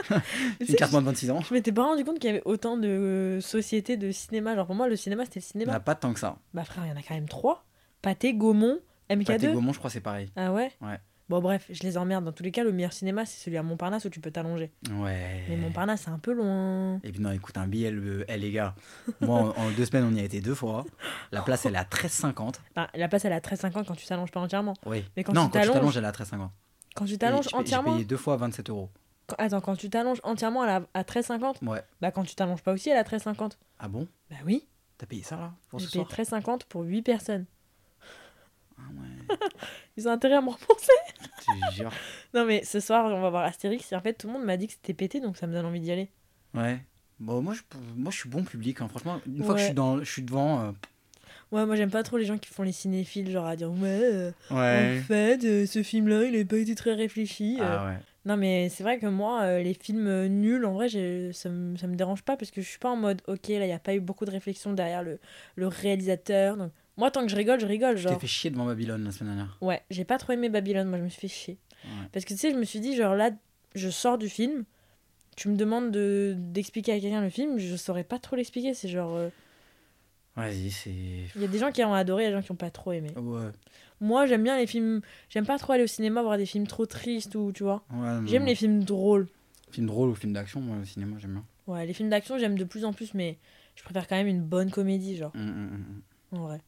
[SPEAKER 2] Mais tu
[SPEAKER 3] Une
[SPEAKER 2] sais,
[SPEAKER 3] carte moins de 26 ans.
[SPEAKER 2] Je m'étais pas rendu compte qu'il y avait autant de euh, sociétés de cinéma. Genre pour moi, le cinéma c'était le cinéma.
[SPEAKER 3] Bah, pas tant que ça.
[SPEAKER 2] Bah frère, il y en a quand même trois Pâté, Gaumont, MK2.
[SPEAKER 3] Pâté Gaumont, je crois, c'est pareil.
[SPEAKER 2] Ah ouais
[SPEAKER 3] Ouais.
[SPEAKER 2] Bon bref, je les emmerde. Dans tous les cas, le meilleur cinéma, c'est celui à Montparnasse où tu peux t'allonger.
[SPEAKER 3] Ouais.
[SPEAKER 2] Mais Montparnasse, c'est un peu loin.
[SPEAKER 3] Et puis non, écoute, un billet, le... eh, les gars, moi, en, en deux semaines, on y a été deux fois. La place, elle est à 13,50.
[SPEAKER 2] Enfin, la place, elle est à 13,50 quand tu t'allonges pas entièrement.
[SPEAKER 3] Oui.
[SPEAKER 2] Mais quand
[SPEAKER 3] non,
[SPEAKER 2] tu
[SPEAKER 3] quand tu
[SPEAKER 2] t'allonges-
[SPEAKER 3] t'allonges, elle est à 13,50.
[SPEAKER 2] Quand tu
[SPEAKER 3] Et
[SPEAKER 2] t'allonges
[SPEAKER 3] j'ai payé-
[SPEAKER 2] entièrement.
[SPEAKER 3] J'ai payé deux fois 27 euros.
[SPEAKER 2] quand- Attends, quand tu t'allonges entièrement elle est à, à 13,50,
[SPEAKER 3] Ouais.
[SPEAKER 2] bah quand tu t'allonges pas aussi, elle est à 13,50.
[SPEAKER 3] Ah bon
[SPEAKER 2] Bah oui.
[SPEAKER 3] T'as payé ça là pour
[SPEAKER 2] J'ai
[SPEAKER 3] ce
[SPEAKER 2] payé
[SPEAKER 3] soir
[SPEAKER 2] 13,50 pour 8 personnes.
[SPEAKER 3] Ah ouais,
[SPEAKER 2] Ils ont intérêt à me rembourser.
[SPEAKER 3] je te jure.
[SPEAKER 2] Non, mais ce soir, on va voir Astérix. Et en fait, tout le monde m'a dit que c'était pété, donc ça me donne envie d'y aller.
[SPEAKER 3] Ouais. Bon, moi je, moi, je suis bon public, hein. franchement. Une fois que je
[SPEAKER 2] Ouais.
[SPEAKER 3] suis, dans, je suis devant. euh,
[SPEAKER 2] Ouais, moi, j'aime pas trop les gens qui font les cinéphiles, genre à dire Ouais, euh, en
[SPEAKER 3] Ouais.
[SPEAKER 2] fait, euh, ce film-là, il a pas été très réfléchi. euh.
[SPEAKER 3] Ah ouais.
[SPEAKER 2] Non, mais c'est vrai que moi, euh, les films euh, nuls, en vrai, j'ai- ça, me, ça me dérange pas parce que je suis pas en mode Ok, là, il a pas eu beaucoup de réflexion derrière le, le réalisateur. Donc, moi, tant que je rigole, je rigole.
[SPEAKER 3] Je t'ai
[SPEAKER 2] Genre,
[SPEAKER 3] fait chier devant Babylone la semaine dernière.
[SPEAKER 2] Ouais, j'ai pas trop aimé Babylone, moi je me suis fait chier.
[SPEAKER 3] Ouais.
[SPEAKER 2] Parce que tu sais, je me suis dit, genre là, je sors du film, tu me demandes de- d'expliquer à quelqu'un le film, je saurais pas trop l'expliquer. C'est genre. euh,
[SPEAKER 3] Vas-y, c'est.
[SPEAKER 2] Il y a des gens qui ont adoré, il y a des gens qui ont pas trop aimé.
[SPEAKER 3] Ouais.
[SPEAKER 2] Moi j'aime bien les films. J'aime pas trop aller au cinéma voir des films trop tristes ou tu vois.
[SPEAKER 3] ouais
[SPEAKER 2] J'aime
[SPEAKER 3] non.
[SPEAKER 2] les films drôles.
[SPEAKER 3] films drôles ou films d'action, moi au cinéma j'aime bien.
[SPEAKER 2] Ouais, les films d'action j'aime de plus en plus, mais je préfère quand même une bonne comédie, genre,
[SPEAKER 3] Hum, hum, hum.
[SPEAKER 2] en vrai.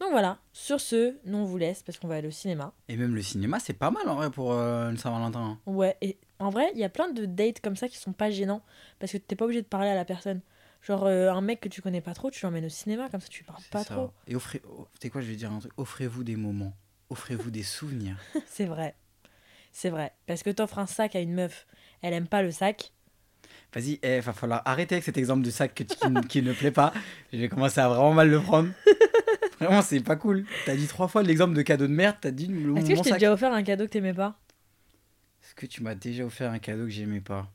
[SPEAKER 2] Donc voilà, sur ce, nous on vous laisse parce qu'on va aller au cinéma.
[SPEAKER 3] Et même le cinéma, c'est pas mal en vrai pour euh, une Saint-Valentin. hein.
[SPEAKER 2] Ouais, et en vrai, il y a plein de dates comme ça qui sont pas gênants parce que t'es pas obligé de parler à la personne. Genre, euh, un mec que tu connais pas trop, tu l'emmènes au cinéma, comme ça tu lui parles
[SPEAKER 3] C'est
[SPEAKER 2] pas
[SPEAKER 3] ça.
[SPEAKER 2] trop.
[SPEAKER 3] Et offrez. oh, tu sais quoi, je vais dire un truc. Offrez-vous des moments. Offrez-vous des souvenirs.
[SPEAKER 2] C'est vrai. C'est vrai. Parce que t'offres un sac à une meuf, elle aime pas le sac.
[SPEAKER 3] Vas-y, eh, va falloir arrêter avec cet exemple de sac que tu- qui, ne- qui ne plaît pas. Je vais commencer à vraiment mal le prendre. Vraiment, c'est pas cool. T'as dit trois fois l'exemple de cadeau de merde, t'as dit le
[SPEAKER 2] Est-ce que je
[SPEAKER 3] mon
[SPEAKER 2] t'ai
[SPEAKER 3] sac.
[SPEAKER 2] déjà offert un cadeau que t'aimais pas
[SPEAKER 3] Est-ce que tu m'as déjà offert un cadeau que j'aimais pas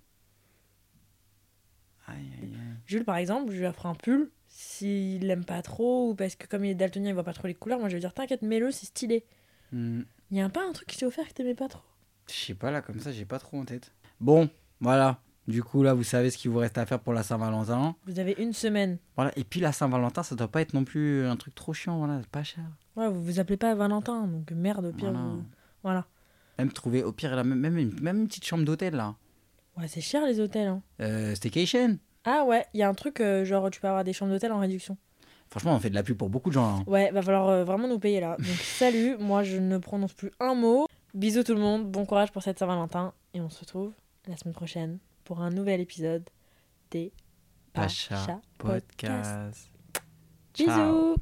[SPEAKER 3] Aïe, aïe, aïe.
[SPEAKER 2] Jules, par exemple, je lui offre un pull s'il l'aime pas trop ou parce que comme il est daltonien, il voit pas trop les couleurs. Moi, je vais lui dire, t'inquiète, mets-le, c'est stylé.
[SPEAKER 3] Hmm,
[SPEAKER 2] Y a pas un truc que t'ai offert que t'aimais pas trop
[SPEAKER 3] Je sais pas là, comme ça, j'ai pas trop en tête. Bon, voilà. Du coup, là, vous savez ce qu'il vous reste à faire pour la Saint-Valentin.
[SPEAKER 2] Vous avez une semaine.
[SPEAKER 3] Voilà. Et puis la Saint-Valentin, ça doit pas être non plus un truc trop chiant, voilà, c'est pas cher.
[SPEAKER 2] Ouais, vous vous appelez pas Valentin, donc merde, au pire.
[SPEAKER 3] Voilà.
[SPEAKER 2] vous- voilà.
[SPEAKER 3] Même trouver, au pire, là, même, même une, même une petite chambre d'hôtel là.
[SPEAKER 2] Ouais, c'est cher les hôtels, hein.
[SPEAKER 3] Euh, staycation.
[SPEAKER 2] Ah ouais, il y a un truc, euh, genre tu peux avoir des chambres d'hôtel en réduction.
[SPEAKER 3] Franchement, on fait de la pub pour beaucoup de gens. hein.
[SPEAKER 2] Ouais, va falloir euh, vraiment nous payer là. Donc salut, moi je ne prononce plus un mot. Bisous tout le monde, bon courage pour cette Saint-Valentin. Et on se retrouve la semaine prochaine pour un nouvel épisode des
[SPEAKER 3] Pacha
[SPEAKER 2] Pacha Podcast.
[SPEAKER 3] Podcast.
[SPEAKER 2] Bisous
[SPEAKER 3] Ciao.